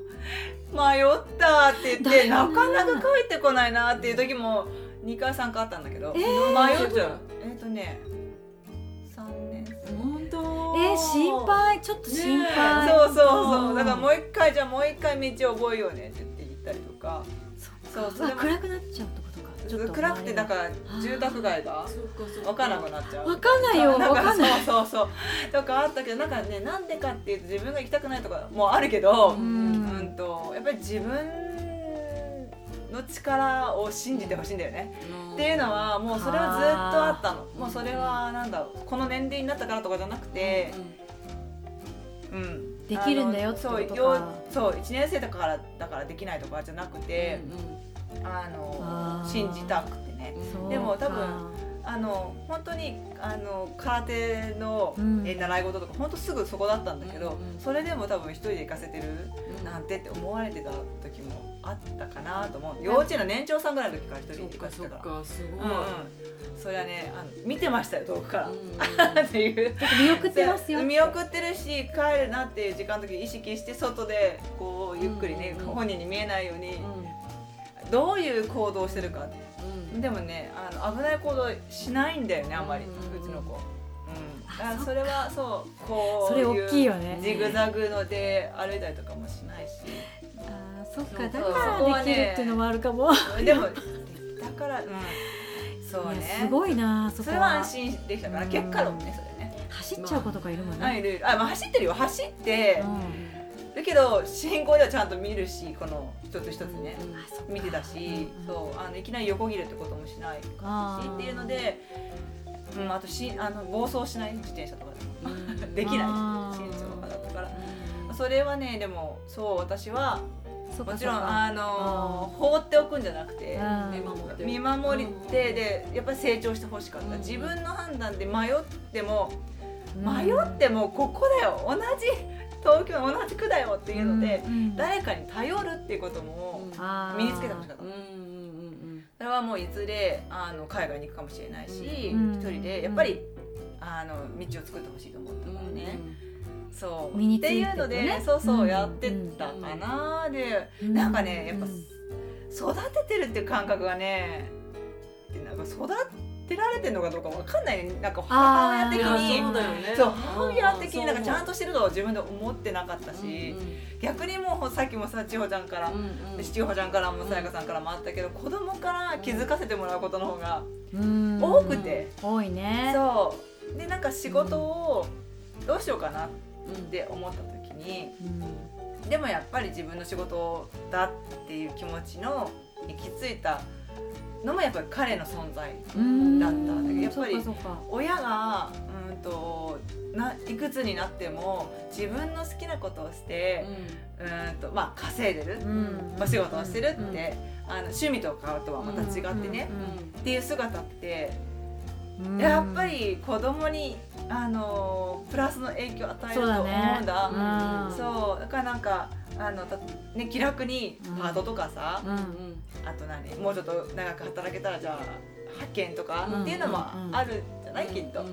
[SPEAKER 3] 迷ったって言っ
[SPEAKER 1] だよね
[SPEAKER 3] てなかなか帰ってこないなっていう時も2回3回あったんだけど、
[SPEAKER 1] え
[SPEAKER 3] 迷
[SPEAKER 2] 迷っ
[SPEAKER 3] っ
[SPEAKER 2] ちゃう
[SPEAKER 3] えっ、とね3年
[SPEAKER 2] 本当
[SPEAKER 1] えー、心配ちょっと心配、
[SPEAKER 2] ね
[SPEAKER 3] そうそうそうだからもう一回じゃあもう一回道を覚えようねって言って行ったりとか
[SPEAKER 1] そ
[SPEAKER 3] そうう
[SPEAKER 1] そ
[SPEAKER 3] それも
[SPEAKER 1] 暗くなっちゃうってことかちょっと
[SPEAKER 3] 暗くてだから住宅街が
[SPEAKER 2] そうかそう
[SPEAKER 3] 分からなくなっちゃう
[SPEAKER 1] 分かんないよ
[SPEAKER 3] なん
[SPEAKER 1] 分かんない
[SPEAKER 3] そうそうそうとかあったけどなんかねなんでかっていうと自分が行きたくないとかもあるけど、
[SPEAKER 2] う
[SPEAKER 3] うんん、
[SPEAKER 1] うん
[SPEAKER 3] とやっぱり自分の力を信じてほしいんだよね、っていうのはもうそれはずっとあったのもうそれはなんだろうこの年齢になったからとかじゃなくて、うん、
[SPEAKER 1] できるんだよってことか
[SPEAKER 3] そうよそう1年生とかからだからできないとかじゃなくて、あの
[SPEAKER 1] あー
[SPEAKER 3] 信じたくてね
[SPEAKER 1] そう
[SPEAKER 3] でも多
[SPEAKER 1] か
[SPEAKER 3] 分あの本当にあの空手の、
[SPEAKER 1] うん
[SPEAKER 3] え習い事とか本当すぐそこだったんだけど、
[SPEAKER 2] うんうん
[SPEAKER 3] それでも多分一人で行かせてるなんてって思われてた時もあったかなと思う幼稚園の年長さんぐらいの時から一人で
[SPEAKER 2] そっ
[SPEAKER 3] 行か
[SPEAKER 2] か
[SPEAKER 3] せ
[SPEAKER 2] そ
[SPEAKER 3] て
[SPEAKER 2] った
[SPEAKER 3] から
[SPEAKER 2] かすごい、
[SPEAKER 3] うんうん、それはねあの見てましたよ遠くから、
[SPEAKER 2] う
[SPEAKER 3] っていう
[SPEAKER 1] 見送ってますよ
[SPEAKER 3] 見送ってるし帰るなっていう時間の時意識して外でこうゆっくりね、
[SPEAKER 2] うんうんうん
[SPEAKER 3] 本人に見えないように
[SPEAKER 2] んうん
[SPEAKER 3] どういう行動をしてるか
[SPEAKER 2] うん
[SPEAKER 3] でもねあの危ない行動しないんだよねあんまり、
[SPEAKER 2] う
[SPEAKER 3] うん
[SPEAKER 2] うんうん
[SPEAKER 3] ちの子。うん、だか
[SPEAKER 1] あそっ
[SPEAKER 3] ら
[SPEAKER 1] か
[SPEAKER 3] それはそうこう
[SPEAKER 1] それ大きいよね
[SPEAKER 3] ジグザグので歩いたりとかもしないし
[SPEAKER 1] あーそっか
[SPEAKER 2] そう
[SPEAKER 1] だ
[SPEAKER 2] そう
[SPEAKER 1] からできるっていうのもあるかも、
[SPEAKER 3] でもだから、うん、そう
[SPEAKER 1] い
[SPEAKER 3] ね
[SPEAKER 1] やすごいなそ
[SPEAKER 3] そ
[SPEAKER 1] こ
[SPEAKER 3] れ
[SPEAKER 1] は
[SPEAKER 3] は安心できたから
[SPEAKER 1] うん
[SPEAKER 3] 結果論ねそれね
[SPEAKER 1] 走っちゃう子とかいるもんね、
[SPEAKER 3] あいるいるあ、まあ、走ってるよ走って、だけど進行ではちゃんと見るしこの一つ一つね
[SPEAKER 1] うんあそっか
[SPEAKER 3] 見てたし、
[SPEAKER 1] うん
[SPEAKER 3] そうあのいきなり横切るってこともしない
[SPEAKER 1] あ
[SPEAKER 3] し
[SPEAKER 1] ー
[SPEAKER 3] っていうので、うん、あとしあの暴走しない自転車とかでも
[SPEAKER 2] うん
[SPEAKER 3] でき
[SPEAKER 1] あ
[SPEAKER 3] ない
[SPEAKER 1] ー
[SPEAKER 3] 身長とかだったから
[SPEAKER 2] うん
[SPEAKER 3] それはねでもそう私は
[SPEAKER 1] そっか
[SPEAKER 3] もちろん
[SPEAKER 1] そっか
[SPEAKER 3] あのー放っておくんじゃなくて
[SPEAKER 1] うん
[SPEAKER 2] 見守って
[SPEAKER 3] 見守りって
[SPEAKER 2] で
[SPEAKER 3] でやっぱり成長してほしかっ
[SPEAKER 2] う
[SPEAKER 3] た
[SPEAKER 2] ん
[SPEAKER 3] 自分の判断で迷っても迷
[SPEAKER 1] うん
[SPEAKER 3] ってもここだよ同じ東京の同じ区だよっていうので、
[SPEAKER 1] うんうん
[SPEAKER 3] 誰かに頼るっていうことも
[SPEAKER 1] あー
[SPEAKER 3] 身につけてほしかった
[SPEAKER 2] うんうん
[SPEAKER 3] それはもういずれあの海外に行くかもしれないし、
[SPEAKER 1] うん
[SPEAKER 3] 一人でやっぱりあの道を作ってほしいと思った
[SPEAKER 2] うん
[SPEAKER 3] か
[SPEAKER 2] う
[SPEAKER 3] ら
[SPEAKER 2] ん
[SPEAKER 3] ね、そう
[SPEAKER 1] 身について
[SPEAKER 3] っ
[SPEAKER 1] る
[SPEAKER 3] てい
[SPEAKER 1] ね
[SPEAKER 3] うので、そうそううんやってたかな、で
[SPEAKER 1] うん
[SPEAKER 3] なんかねやっぱ
[SPEAKER 1] うん
[SPEAKER 3] 育ててるっていう感覚がねでなんか育てられてるのかどうかわかんないねなんか母
[SPEAKER 1] あー
[SPEAKER 3] 親的
[SPEAKER 2] いやそう
[SPEAKER 3] に
[SPEAKER 2] だよね
[SPEAKER 3] そう
[SPEAKER 2] うん
[SPEAKER 3] 母親的になんかちゃん
[SPEAKER 2] と
[SPEAKER 3] としてるとは自分で思ってなかったし、逆にもうさっきもさ千穂ちゃんから、千穂ちゃんからもさやかさんからもあったけど子供から気づかせてもらうことの方が
[SPEAKER 1] うん
[SPEAKER 3] 多くて、
[SPEAKER 1] 多いね
[SPEAKER 3] そうでなんか仕事をどうしようかなって思った時に
[SPEAKER 1] うん
[SPEAKER 3] でもやっぱり自分の仕事だっていう気持ちの行き着いたのもやっぱり彼の存在
[SPEAKER 1] うん
[SPEAKER 3] だったんだけどやっぱり
[SPEAKER 1] そうかそうか
[SPEAKER 3] 親がうんとないくつになっても自分の好きなことをしてうんとまあ稼いでる
[SPEAKER 1] うん
[SPEAKER 3] お仕事をしてる
[SPEAKER 1] う
[SPEAKER 3] って、
[SPEAKER 1] ん
[SPEAKER 3] あの趣味とかとはまた違ってね、
[SPEAKER 1] うん
[SPEAKER 3] っていう姿って
[SPEAKER 1] うん
[SPEAKER 3] やっぱり子供にあのプラスの影響を与える
[SPEAKER 1] そ
[SPEAKER 3] と
[SPEAKER 1] う
[SPEAKER 3] 思
[SPEAKER 1] だ
[SPEAKER 3] うんだそうだ,、
[SPEAKER 1] ねうん
[SPEAKER 3] からなんかあのたね、気楽に
[SPEAKER 1] うん
[SPEAKER 3] パートとかさ、
[SPEAKER 1] うん
[SPEAKER 3] あと何もうちょっと長く働けたらじゃあ派遣とか
[SPEAKER 2] うん
[SPEAKER 3] っていうのも
[SPEAKER 1] うん
[SPEAKER 3] あるんじゃない、きっと、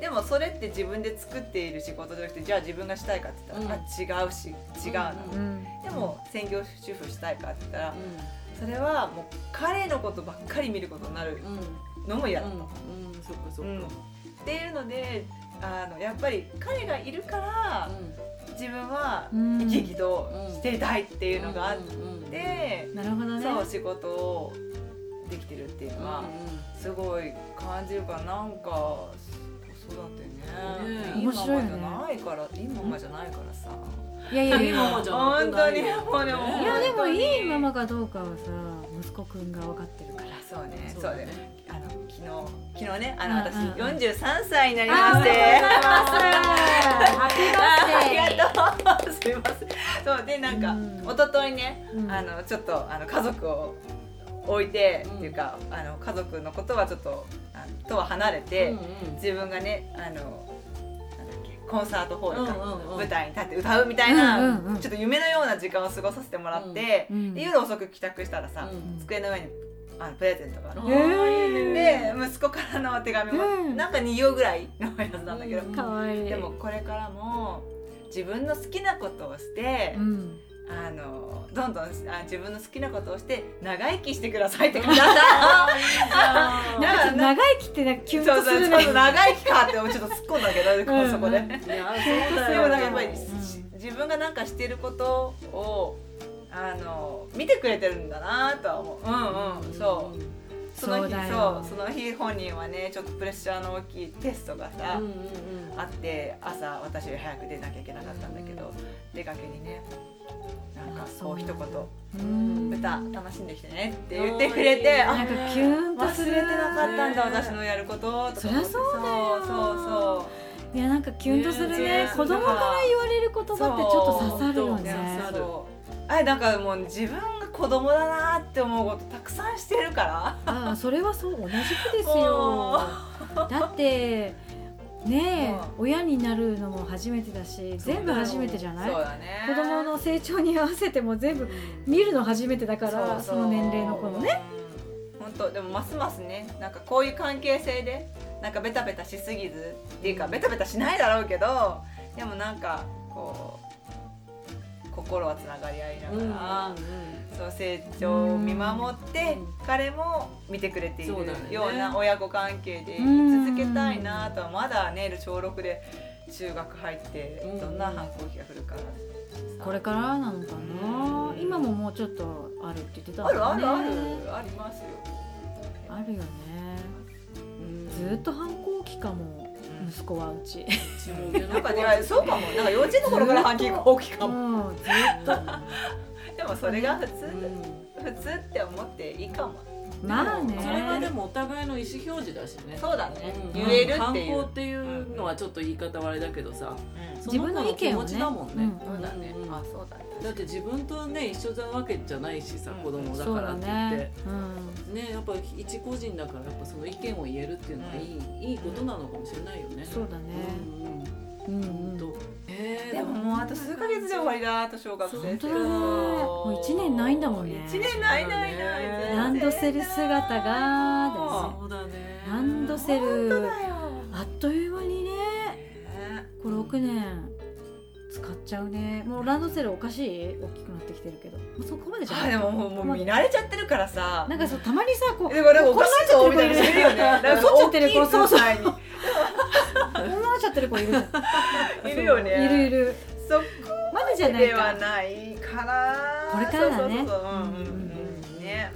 [SPEAKER 3] でもそれって自分で作っている仕事じゃなくてじゃあ自分がしたいかって言ったら、あ違うし違うな、
[SPEAKER 2] うん
[SPEAKER 1] うん
[SPEAKER 3] でも専業主婦したいかって言ったら、それはもう彼のことばっかり見ることになるのも嫌だ、
[SPEAKER 2] そっかそっか
[SPEAKER 3] うんっていうのであのやっぱり彼がいるから自分は
[SPEAKER 1] うん
[SPEAKER 3] 生き生きとしていたいっていうのがあって、
[SPEAKER 1] なるほどね
[SPEAKER 3] そう仕事をできてるっていうのはすごい感じるからなんか子育てね
[SPEAKER 2] ねえ
[SPEAKER 1] 面
[SPEAKER 3] 今
[SPEAKER 1] 白いよ
[SPEAKER 3] ま
[SPEAKER 1] ね
[SPEAKER 3] じゃないから今まじゃないからさ
[SPEAKER 1] いやいやいや
[SPEAKER 2] じゃなく
[SPEAKER 3] 本
[SPEAKER 2] な
[SPEAKER 3] 当に
[SPEAKER 2] い
[SPEAKER 3] もうね
[SPEAKER 2] い
[SPEAKER 1] いやでも
[SPEAKER 3] 本当に
[SPEAKER 1] いいママかどうかはさ息子くんが分かってるから
[SPEAKER 3] そうね
[SPEAKER 2] そう
[SPEAKER 3] そう
[SPEAKER 2] だ
[SPEAKER 3] ね
[SPEAKER 2] ね
[SPEAKER 3] あの昨日昨日ねあの私
[SPEAKER 1] うんうんうん
[SPEAKER 3] 四十三歳になりまして。ありがとう。 すみません。そうでなんか、
[SPEAKER 1] うん
[SPEAKER 3] 一昨日ね、
[SPEAKER 1] うん
[SPEAKER 3] あのちょっとあの家族を置いて、
[SPEAKER 2] うん
[SPEAKER 3] っていうかあの家族のことはちょっとあのとは離れて、自分がねあのなんだっけコンサートホールか、舞台に立って歌うみたいな、
[SPEAKER 1] うんうんうん
[SPEAKER 3] ちょっと夢のような時間を過ごさせてもらって、
[SPEAKER 1] うん
[SPEAKER 3] で夜遅く帰宅したらさ、
[SPEAKER 2] うん
[SPEAKER 3] 机の上にあのプレゼントがある。
[SPEAKER 1] え
[SPEAKER 3] で息子からの手紙も、
[SPEAKER 1] うん
[SPEAKER 3] なんか2行ぐらいのやつなんだけど、
[SPEAKER 2] うん
[SPEAKER 1] かわいい
[SPEAKER 3] でもこれからも自分の好きなことをして、
[SPEAKER 1] うん
[SPEAKER 3] あのどんどんあ自分の好きなことをして長生きしてくださいって感じだっ
[SPEAKER 2] あ
[SPEAKER 3] な
[SPEAKER 1] なんか長生きってなんかキュン
[SPEAKER 3] そう
[SPEAKER 1] と
[SPEAKER 3] そ
[SPEAKER 1] す
[SPEAKER 3] う
[SPEAKER 1] る
[SPEAKER 3] そう
[SPEAKER 1] ね
[SPEAKER 3] そう長生きかってちょっと突っ込んだけど、
[SPEAKER 1] ん
[SPEAKER 3] そこで。
[SPEAKER 1] うん
[SPEAKER 3] で
[SPEAKER 2] ーいやそうだ
[SPEAKER 3] も
[SPEAKER 2] よ
[SPEAKER 3] なんかやっぱり、
[SPEAKER 1] ん
[SPEAKER 3] 自分がなんかしてることをあの見てくれてるんだなとは思う。うんうん、そう。その
[SPEAKER 1] そう
[SPEAKER 3] 日
[SPEAKER 1] だ
[SPEAKER 3] そ
[SPEAKER 1] よ
[SPEAKER 3] うその日本人はねちょっとプレッシャーの大きいテストがさ、
[SPEAKER 2] うんうんうん
[SPEAKER 3] あって朝私より早く出なきゃいけなかったんだけど、出かけにねなんかこう一言
[SPEAKER 1] うん
[SPEAKER 3] 「歌楽しんできてね」って言って
[SPEAKER 2] うん
[SPEAKER 3] くれて、
[SPEAKER 2] うん
[SPEAKER 1] な
[SPEAKER 3] あ
[SPEAKER 1] んかキュンとす
[SPEAKER 3] 忘
[SPEAKER 1] る
[SPEAKER 3] れてなかったんだ
[SPEAKER 2] ね
[SPEAKER 3] 私のやることとか思って
[SPEAKER 1] そりゃそうだよ
[SPEAKER 3] そうそう
[SPEAKER 1] いやなんかキュンとするね
[SPEAKER 3] ね
[SPEAKER 1] 子供から言われる言葉ってちょっと刺さるよ
[SPEAKER 3] そう
[SPEAKER 1] ね
[SPEAKER 2] そう
[SPEAKER 3] そうあれなんかもう自分が子供だなって思うことたくさんしてるから
[SPEAKER 1] ああそれはそう同じくです
[SPEAKER 3] も
[SPEAKER 1] よだってねえ親になるのも初めてだし
[SPEAKER 3] そう
[SPEAKER 1] 全部初めてじゃない
[SPEAKER 3] そう
[SPEAKER 1] 子
[SPEAKER 3] だね
[SPEAKER 1] 供の成長に合わせても全部見るの初めてだからその年齢の子のね
[SPEAKER 3] 本当でもますますねなんかこういう関係性でなんかベタベタしすぎずっていうかベタベタしないだろうけどでもなんかこう心はつながり合いな
[SPEAKER 2] うんうん
[SPEAKER 3] がら、そう成長を見守って、
[SPEAKER 2] う
[SPEAKER 3] 彼も見てくれている
[SPEAKER 2] そうだよね
[SPEAKER 3] ような親子関係で
[SPEAKER 1] う
[SPEAKER 3] 居
[SPEAKER 1] ん
[SPEAKER 3] 続けたいなとはまだね小6で中学入って
[SPEAKER 2] うん
[SPEAKER 3] どんな反抗期が来るか
[SPEAKER 1] これからなのかな
[SPEAKER 2] うん
[SPEAKER 1] 今ももうちょっとあるって言ってた
[SPEAKER 3] あるあ
[SPEAKER 1] ね
[SPEAKER 3] るあるありますよ
[SPEAKER 1] あるよね
[SPEAKER 2] うん
[SPEAKER 1] ずっと反抗期かも息子はうち
[SPEAKER 3] なんかねそうかもなんか幼稚園の頃から反抗 期かも
[SPEAKER 1] うんずっと
[SPEAKER 3] でもそれが普通、
[SPEAKER 2] うん
[SPEAKER 3] 普通って思っていいかも
[SPEAKER 1] まあね
[SPEAKER 2] それはでもお互いの意思表示だしね
[SPEAKER 3] そうだね、
[SPEAKER 2] うん
[SPEAKER 3] 言える
[SPEAKER 2] 反
[SPEAKER 3] っていう、
[SPEAKER 2] 抗っていうのはちょっと言い方はあれだけどさ
[SPEAKER 3] うん
[SPEAKER 1] 自分の意見をね
[SPEAKER 2] その子の気持ちだもんね
[SPEAKER 3] そうだね、
[SPEAKER 2] うん
[SPEAKER 3] あそうだね
[SPEAKER 2] だって自分とね一緒なわけじゃないしさ
[SPEAKER 3] うん
[SPEAKER 2] 子供だ
[SPEAKER 1] そう
[SPEAKER 2] から
[SPEAKER 1] だ
[SPEAKER 2] って言って
[SPEAKER 1] ね。うん
[SPEAKER 2] ねやっぱ一個人だからやっぱその意見を言えるっていうのはいい,、いいことなのかもしれないよね。
[SPEAKER 1] そうだね
[SPEAKER 2] うん
[SPEAKER 1] うん
[SPEAKER 2] うんほん
[SPEAKER 1] うん
[SPEAKER 2] とえー
[SPEAKER 3] でももうあと数ヶ月で終わりだあと小学生
[SPEAKER 1] 本当だねもう一年ないんだもんね
[SPEAKER 3] 一年ないないない全然
[SPEAKER 1] ランドセル姿がですよ
[SPEAKER 2] そうだね。
[SPEAKER 1] ランドセ
[SPEAKER 3] 本当だ
[SPEAKER 1] ル
[SPEAKER 3] よ
[SPEAKER 1] あっという間にねこれ6年使っちゃうねもうランドセルおかしい大きくなってきてるけどもうそこまでじゃ
[SPEAKER 3] あ
[SPEAKER 1] ない
[SPEAKER 3] でももうもう見慣れちゃってるからさ
[SPEAKER 1] なんかそうたまに さこう
[SPEAKER 3] でもなんかおかしいとみたいにしてるよね
[SPEAKER 1] なんか
[SPEAKER 3] なんかそっちってる
[SPEAKER 1] こ
[SPEAKER 3] こ
[SPEAKER 1] う
[SPEAKER 3] の
[SPEAKER 1] そうそう
[SPEAKER 3] 際に
[SPEAKER 1] 思っちゃってる子いるじゃん
[SPEAKER 3] いるよね
[SPEAKER 1] いるいる
[SPEAKER 3] そこ
[SPEAKER 1] まだじゃ
[SPEAKER 3] ま
[SPEAKER 1] ない
[SPEAKER 3] では
[SPEAKER 1] か
[SPEAKER 3] ないから
[SPEAKER 1] これからだね
[SPEAKER 3] そうそうそううんうんう
[SPEAKER 2] う
[SPEAKER 3] んんね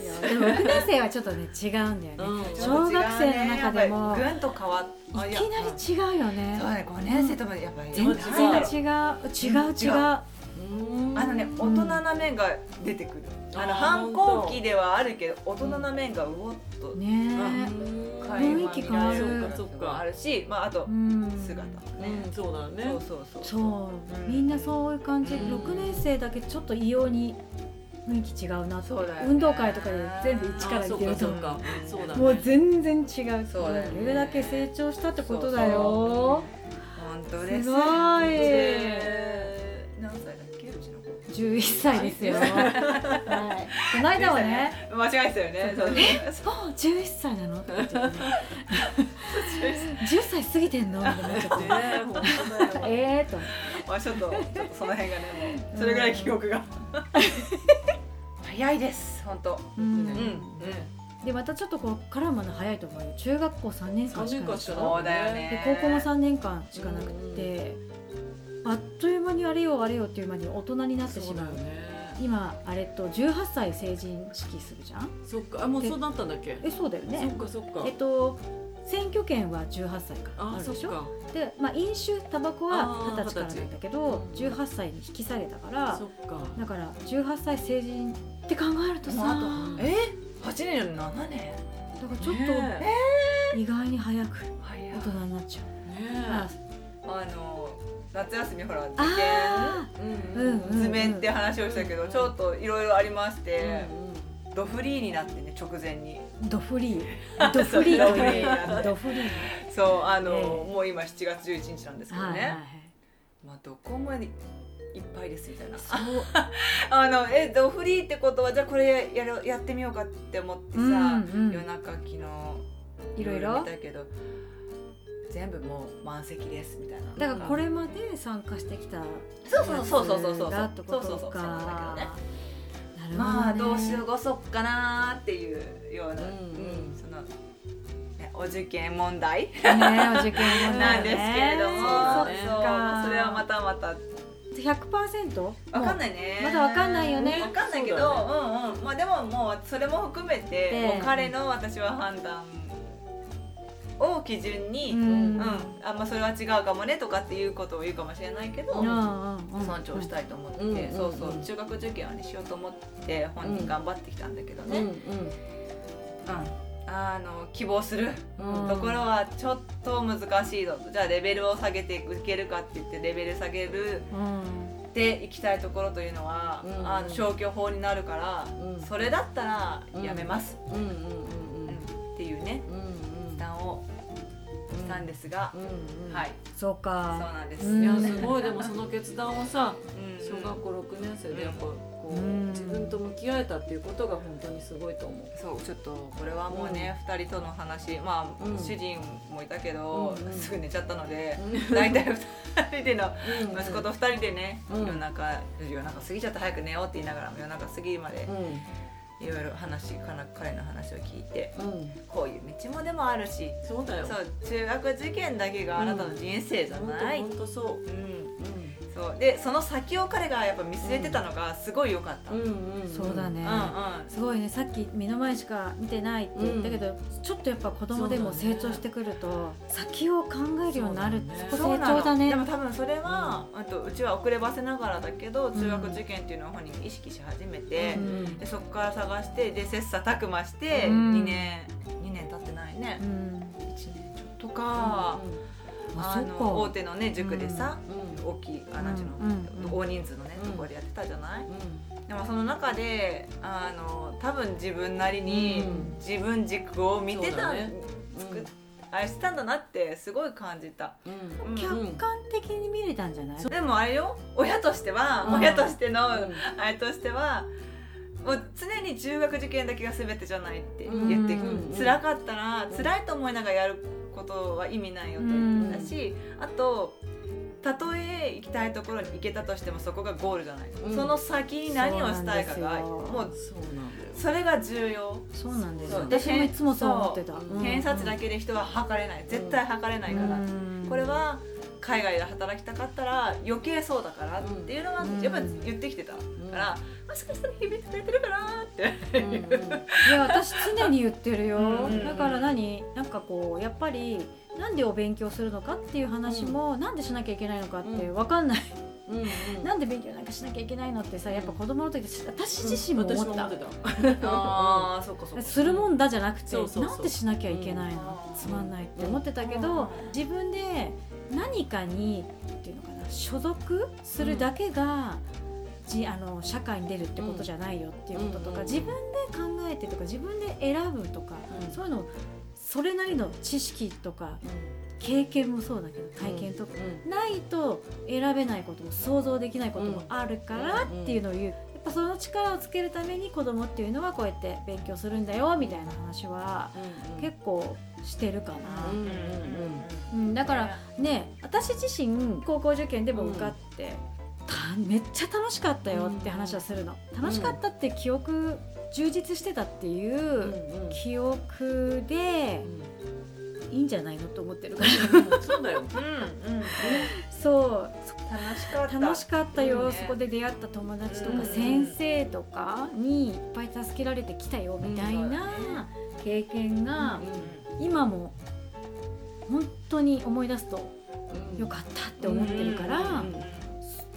[SPEAKER 1] いやでも6年生はちょっとね違うんだよね
[SPEAKER 2] うん
[SPEAKER 1] 小学生の中でも
[SPEAKER 3] やっぱりぐんと変わっ
[SPEAKER 1] いきな
[SPEAKER 3] あや
[SPEAKER 1] り違うよね
[SPEAKER 3] そうだね五年生とかやっぱり
[SPEAKER 1] 全然
[SPEAKER 3] ないだろう
[SPEAKER 1] 違う違う違う
[SPEAKER 2] うん
[SPEAKER 3] あのね大人な面が出てくる、あの
[SPEAKER 2] あー
[SPEAKER 3] 反抗期ではあるけど大人な面がうおっと
[SPEAKER 1] ね
[SPEAKER 2] うん
[SPEAKER 1] 会話雰囲気変わる
[SPEAKER 2] そっかそっか
[SPEAKER 3] あるし、まあ、あと
[SPEAKER 1] えうん
[SPEAKER 3] 姿もね
[SPEAKER 2] うん、、そうだね。
[SPEAKER 3] そうそうそう
[SPEAKER 1] そう、
[SPEAKER 3] うん
[SPEAKER 1] みんなそういう感じ、
[SPEAKER 2] うん
[SPEAKER 1] 6年生だけちょっと異様に雰囲気違うなって、
[SPEAKER 3] そうだよね
[SPEAKER 1] 運動会とかで全部一から
[SPEAKER 2] あ
[SPEAKER 1] 言
[SPEAKER 2] そ
[SPEAKER 1] っ
[SPEAKER 2] う
[SPEAKER 1] て
[SPEAKER 2] か
[SPEAKER 1] る
[SPEAKER 2] そ
[SPEAKER 1] と
[SPEAKER 2] うかそうだね。
[SPEAKER 1] もう全然違う
[SPEAKER 3] そうだよね
[SPEAKER 1] れだけ成長したってことだよ
[SPEAKER 3] 本当です
[SPEAKER 1] すごい
[SPEAKER 3] えー何歳だっけうちの子
[SPEAKER 1] 11歳ですよ、はい、この間はね
[SPEAKER 3] 間違えてたよねそうそう
[SPEAKER 1] 「あ11歳なの?」って言っちゃって、ね「10歳過ぎてんの?」って思っちゃっ
[SPEAKER 2] ね
[SPEAKER 1] て
[SPEAKER 2] 本当だよ。
[SPEAKER 1] えーと
[SPEAKER 3] まあちょっとちょっとその辺がねもうそれぐらい記憶が 早いです本当
[SPEAKER 1] うん
[SPEAKER 3] うんうん
[SPEAKER 1] でまたちょっとこう絡むの早いと思うよ中学校3年間
[SPEAKER 2] 三
[SPEAKER 1] し
[SPEAKER 2] 年
[SPEAKER 1] かな
[SPEAKER 2] 間
[SPEAKER 1] い
[SPEAKER 2] しか
[SPEAKER 3] そうだよね
[SPEAKER 1] で高校も3年間しかなくて、あっという間にあれよあれよっていう間に大人になって
[SPEAKER 2] そ
[SPEAKER 1] し
[SPEAKER 2] うだ
[SPEAKER 1] ま
[SPEAKER 2] よ
[SPEAKER 1] う
[SPEAKER 2] ね。
[SPEAKER 1] 今あれと18歳成人式するじゃん
[SPEAKER 2] そっかあもうそうなったんだっけ。
[SPEAKER 1] えそうだよ
[SPEAKER 2] そっ
[SPEAKER 1] ね
[SPEAKER 2] かそっか
[SPEAKER 1] えっ。と選挙権は18歳からあ
[SPEAKER 2] あ
[SPEAKER 1] る
[SPEAKER 2] そ
[SPEAKER 1] で
[SPEAKER 2] っ
[SPEAKER 1] しょ
[SPEAKER 2] か。
[SPEAKER 1] で、まあ、飲酒タバコは
[SPEAKER 2] あ
[SPEAKER 1] 20
[SPEAKER 2] ー
[SPEAKER 1] 歳からなんだけ
[SPEAKER 2] 20
[SPEAKER 1] ど
[SPEAKER 2] 歳
[SPEAKER 1] 18歳に引き下げたから
[SPEAKER 2] そっか。
[SPEAKER 1] だから18歳成人って考えるとさ
[SPEAKER 3] もう
[SPEAKER 1] だ
[SPEAKER 3] あと
[SPEAKER 1] か
[SPEAKER 3] え八年より七年
[SPEAKER 1] らちょっ
[SPEAKER 2] ね
[SPEAKER 1] と意外に早く
[SPEAKER 3] 早
[SPEAKER 1] 大人になっちゃう。
[SPEAKER 2] え
[SPEAKER 1] あ
[SPEAKER 3] あの夏休みほら受験
[SPEAKER 1] あ
[SPEAKER 2] うん
[SPEAKER 1] うんうん
[SPEAKER 3] 図面って話をしたけど、ちょっといろいろありまして、ドフリーになってね直前に
[SPEAKER 1] ードフリードフリ
[SPEAKER 3] そう
[SPEAKER 1] ー
[SPEAKER 3] ドフリー
[SPEAKER 1] ドフリー
[SPEAKER 3] そうあの、
[SPEAKER 1] ええ
[SPEAKER 3] もう今7月11日なんですけど
[SPEAKER 1] はい
[SPEAKER 3] ね、
[SPEAKER 1] はいはい
[SPEAKER 3] まあどこまでいっぱいですみたいな
[SPEAKER 1] そう
[SPEAKER 3] あのえドフリーってことはじゃあこれやるやってみようか って思ってさ、
[SPEAKER 1] うんうん
[SPEAKER 3] 夜中昨日
[SPEAKER 1] いろい
[SPEAKER 3] 見
[SPEAKER 1] ろ
[SPEAKER 3] たけど全部もう満席ですみたいな
[SPEAKER 1] だからこれまで参加してきたや
[SPEAKER 3] そうそうそうそうそうそう
[SPEAKER 1] つだってこ
[SPEAKER 3] そう
[SPEAKER 1] と
[SPEAKER 3] そうそうそう
[SPEAKER 1] か
[SPEAKER 3] なんだけどね
[SPEAKER 1] なるほどね
[SPEAKER 3] まあどうしようごそっかなーっていうような、
[SPEAKER 2] うんうん
[SPEAKER 3] そのねお受験問題
[SPEAKER 1] ねお受験問題ね
[SPEAKER 3] なんですけれども、
[SPEAKER 1] そう
[SPEAKER 2] ね
[SPEAKER 3] そう
[SPEAKER 1] か
[SPEAKER 3] それはまたまた
[SPEAKER 1] 100%わ
[SPEAKER 3] わかん
[SPEAKER 1] い
[SPEAKER 3] ないね
[SPEAKER 1] まだわかんないよね
[SPEAKER 3] わかんないけどう,、
[SPEAKER 2] そうだ
[SPEAKER 3] んうんまあでももうそれも含めて、
[SPEAKER 1] ね
[SPEAKER 3] もう彼の私は判断を基準に、
[SPEAKER 1] う
[SPEAKER 3] うん
[SPEAKER 1] ん
[SPEAKER 3] あんまあそれは違うかもねとかっていうことを言うかもしれないけど、
[SPEAKER 1] うんうんうん
[SPEAKER 3] 尊重したいと思って、
[SPEAKER 2] うんうん
[SPEAKER 3] そうそう
[SPEAKER 2] うん
[SPEAKER 3] 中学受験はねしようと思って本人頑張ってきたんだけどね、
[SPEAKER 2] う
[SPEAKER 3] うんんあの希望する
[SPEAKER 1] うん
[SPEAKER 3] ところはちょっと難しいぞじゃあレベルを下げて受けるかって言ってレベル下げる
[SPEAKER 1] うん
[SPEAKER 3] っていきたいところというのは、
[SPEAKER 2] うん
[SPEAKER 3] あの消去法になるから、
[SPEAKER 2] うん
[SPEAKER 3] それだったらやめます、
[SPEAKER 2] うんうんうんうん
[SPEAKER 3] うんっていうね
[SPEAKER 2] うんうん
[SPEAKER 3] 負担をしたんですが、
[SPEAKER 2] うんうん
[SPEAKER 3] はい
[SPEAKER 1] そう
[SPEAKER 3] そう
[SPEAKER 1] か
[SPEAKER 3] なんです、
[SPEAKER 1] うん
[SPEAKER 2] いやす ごいでもその決断をさ
[SPEAKER 3] うん
[SPEAKER 2] 小学校6年生でやっぱこう
[SPEAKER 1] うん
[SPEAKER 2] 自分と向き合えたっていうことが本当にすごいと思う。
[SPEAKER 3] そうちょっとこれはもうね、二人との話まあ、
[SPEAKER 2] うん
[SPEAKER 3] 主人もいたけど、
[SPEAKER 2] うんうん
[SPEAKER 3] すぐ寝ちゃったので、
[SPEAKER 2] うん
[SPEAKER 3] 大体二人での
[SPEAKER 2] うん
[SPEAKER 3] 息子と二人でね、
[SPEAKER 2] うん
[SPEAKER 3] 夜中夜中過ぎちゃった早く寝ようって言いながらも夜中過ぎまで
[SPEAKER 2] う
[SPEAKER 3] いろいろ話かな彼の話を聞いて
[SPEAKER 2] んうん
[SPEAKER 3] こういう道もでもあるし
[SPEAKER 2] そうだよ
[SPEAKER 3] そう中学受験だけがあなたの人生じゃ
[SPEAKER 2] 本当
[SPEAKER 3] ない、うん
[SPEAKER 2] 本当そう
[SPEAKER 3] そうでその先を彼がやっぱ見据えてたのがすごい良かった、うんうん
[SPEAKER 2] んん
[SPEAKER 1] そうだねすごいねさっき目の前しか見てないって言ったけど、ちょっとやっぱ子供でも
[SPEAKER 2] そう
[SPEAKER 1] 成
[SPEAKER 2] だね
[SPEAKER 1] 長してくると、先を考えるようになるって
[SPEAKER 2] そ
[SPEAKER 1] そ,、
[SPEAKER 2] うだ
[SPEAKER 1] こ成長だね
[SPEAKER 3] でも多分それは、あとうちは遅ればせながらだけど中学受験っていうのを本人が意識し始めて、
[SPEAKER 1] うん
[SPEAKER 3] でそこから探してで切磋琢磨して
[SPEAKER 1] うん
[SPEAKER 3] 2年、2年経ってないね
[SPEAKER 1] う、ん
[SPEAKER 3] 1年ちょっとか、
[SPEAKER 1] あ
[SPEAKER 3] あ
[SPEAKER 1] そ
[SPEAKER 3] の大
[SPEAKER 1] っか
[SPEAKER 3] 手のね塾でさ、
[SPEAKER 2] う
[SPEAKER 3] 大きいあなんていうの、
[SPEAKER 1] うんうん
[SPEAKER 3] 大人数のね、
[SPEAKER 2] うん
[SPEAKER 3] ところでやってたじゃない、
[SPEAKER 2] んうん
[SPEAKER 3] でもその中であの多分自分なりに
[SPEAKER 2] うん
[SPEAKER 3] 自分軸を見て
[SPEAKER 2] そうだ
[SPEAKER 3] た、
[SPEAKER 2] ね
[SPEAKER 3] 作っあれしてたんだなってすごい感じた、
[SPEAKER 2] うん
[SPEAKER 1] 客観的に見れたんじゃない、
[SPEAKER 3] でもあれよ親としては、
[SPEAKER 1] うん
[SPEAKER 3] 親としての、
[SPEAKER 2] うん
[SPEAKER 3] あれとしてはもう常に中学受験だけが全てじゃないって言って、
[SPEAKER 2] うん
[SPEAKER 3] 辛かったら、
[SPEAKER 2] ん
[SPEAKER 3] 辛いと思いながらやることは意味ないよと
[SPEAKER 1] う
[SPEAKER 3] 言
[SPEAKER 1] ん
[SPEAKER 3] ってたし、あとたとえ行きたいところに行けたとしてもそこがゴールじゃない、
[SPEAKER 2] うん
[SPEAKER 3] その先に何をしたいかが
[SPEAKER 1] そうなんですよ
[SPEAKER 3] もう
[SPEAKER 2] そうなんだよ
[SPEAKER 3] それが重要、
[SPEAKER 1] そうなんです
[SPEAKER 3] そう
[SPEAKER 1] よ私もいつもそう思ってた、
[SPEAKER 2] そう
[SPEAKER 1] うん
[SPEAKER 3] 偏差値だけで人は測れない絶対測れないから、
[SPEAKER 1] うん
[SPEAKER 3] これは海外で働きたかったら余計そうだからっていうのは
[SPEAKER 1] うん
[SPEAKER 3] やっぱ言ってきてたから、もしかしたら響いてくれてるかなって
[SPEAKER 2] うんうん
[SPEAKER 1] いや私常に言ってるよ、
[SPEAKER 3] うん
[SPEAKER 1] だから何なんかこうやっぱりなんでお勉強するのかっていう話も、なんでしなきゃいけないのかって分かんない、
[SPEAKER 2] うんうん
[SPEAKER 1] なんで勉強なんかしなきゃいけないのってさやっぱ子供の時私私自身も
[SPEAKER 2] 私
[SPEAKER 1] 思
[SPEAKER 2] も
[SPEAKER 1] った,、
[SPEAKER 2] 思って た
[SPEAKER 3] ああそうかそうか
[SPEAKER 1] するもんだじゃなくて
[SPEAKER 2] そうそうそう
[SPEAKER 1] なんでしなきゃいけないの、
[SPEAKER 3] うん
[SPEAKER 1] つまんないって思ってたけど、自分で何かにっていうのかな所属するだけが、じあの社会に出るってことじゃないよっていうこととか、
[SPEAKER 2] うん
[SPEAKER 1] 自分で考えてとか自分で選ぶとか、
[SPEAKER 2] うん
[SPEAKER 1] そういうのそれなりの知識とか経験もそうだけど体験とか、
[SPEAKER 2] うん
[SPEAKER 1] ないと選べないことも想像できないこともあるから
[SPEAKER 2] うん
[SPEAKER 1] っていうのを言う、やっぱその力をつけるために子供っていうのはこうやって勉強するんだよみたいな話は
[SPEAKER 2] うん
[SPEAKER 1] 結構してるかな、
[SPEAKER 2] う
[SPEAKER 3] うんんうん
[SPEAKER 1] うんだからね私自身高校受験でも受かって、ためっちゃ楽しかったよって話はするの、楽しかったって記憶充実してたっていううん
[SPEAKER 2] うん
[SPEAKER 1] 記憶でいいんじゃないのと思ってるから
[SPEAKER 2] うんそうだよ
[SPEAKER 3] うんうん
[SPEAKER 1] そう
[SPEAKER 3] 楽しかった
[SPEAKER 1] 楽しかった
[SPEAKER 3] いい
[SPEAKER 1] よ、
[SPEAKER 3] ね
[SPEAKER 1] そこで出会った友達と
[SPEAKER 2] うん
[SPEAKER 1] か先生とかにいっぱい助けられてきたよみたい
[SPEAKER 3] うんそうだ
[SPEAKER 1] な
[SPEAKER 3] ね
[SPEAKER 1] 経験が
[SPEAKER 2] う
[SPEAKER 1] 今も本当に思い出すと
[SPEAKER 2] ん
[SPEAKER 1] よかったって思ってるから、
[SPEAKER 2] うん
[SPEAKER 3] うん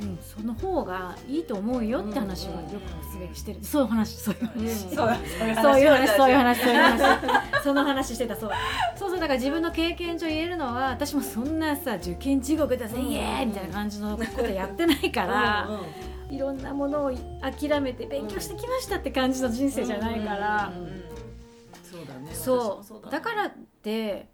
[SPEAKER 1] うん、その方がいいと思うよって話はよくすべきしてる、そういう話そういう
[SPEAKER 2] うん
[SPEAKER 1] 話、
[SPEAKER 3] そうだ
[SPEAKER 1] そういう話
[SPEAKER 3] 話
[SPEAKER 1] そういう話そういう話その話してたそうそうそうだから自分の経験上言えるのは私もそんなさ受験地獄だぜ
[SPEAKER 2] うん
[SPEAKER 1] イエーイみたいな感じのことやってないか、
[SPEAKER 2] から
[SPEAKER 1] いろんなものを諦めて勉強してきましたって感じの人生じゃないから、
[SPEAKER 2] うんうんうんうんそうだね
[SPEAKER 1] そう
[SPEAKER 2] 私も
[SPEAKER 1] だからって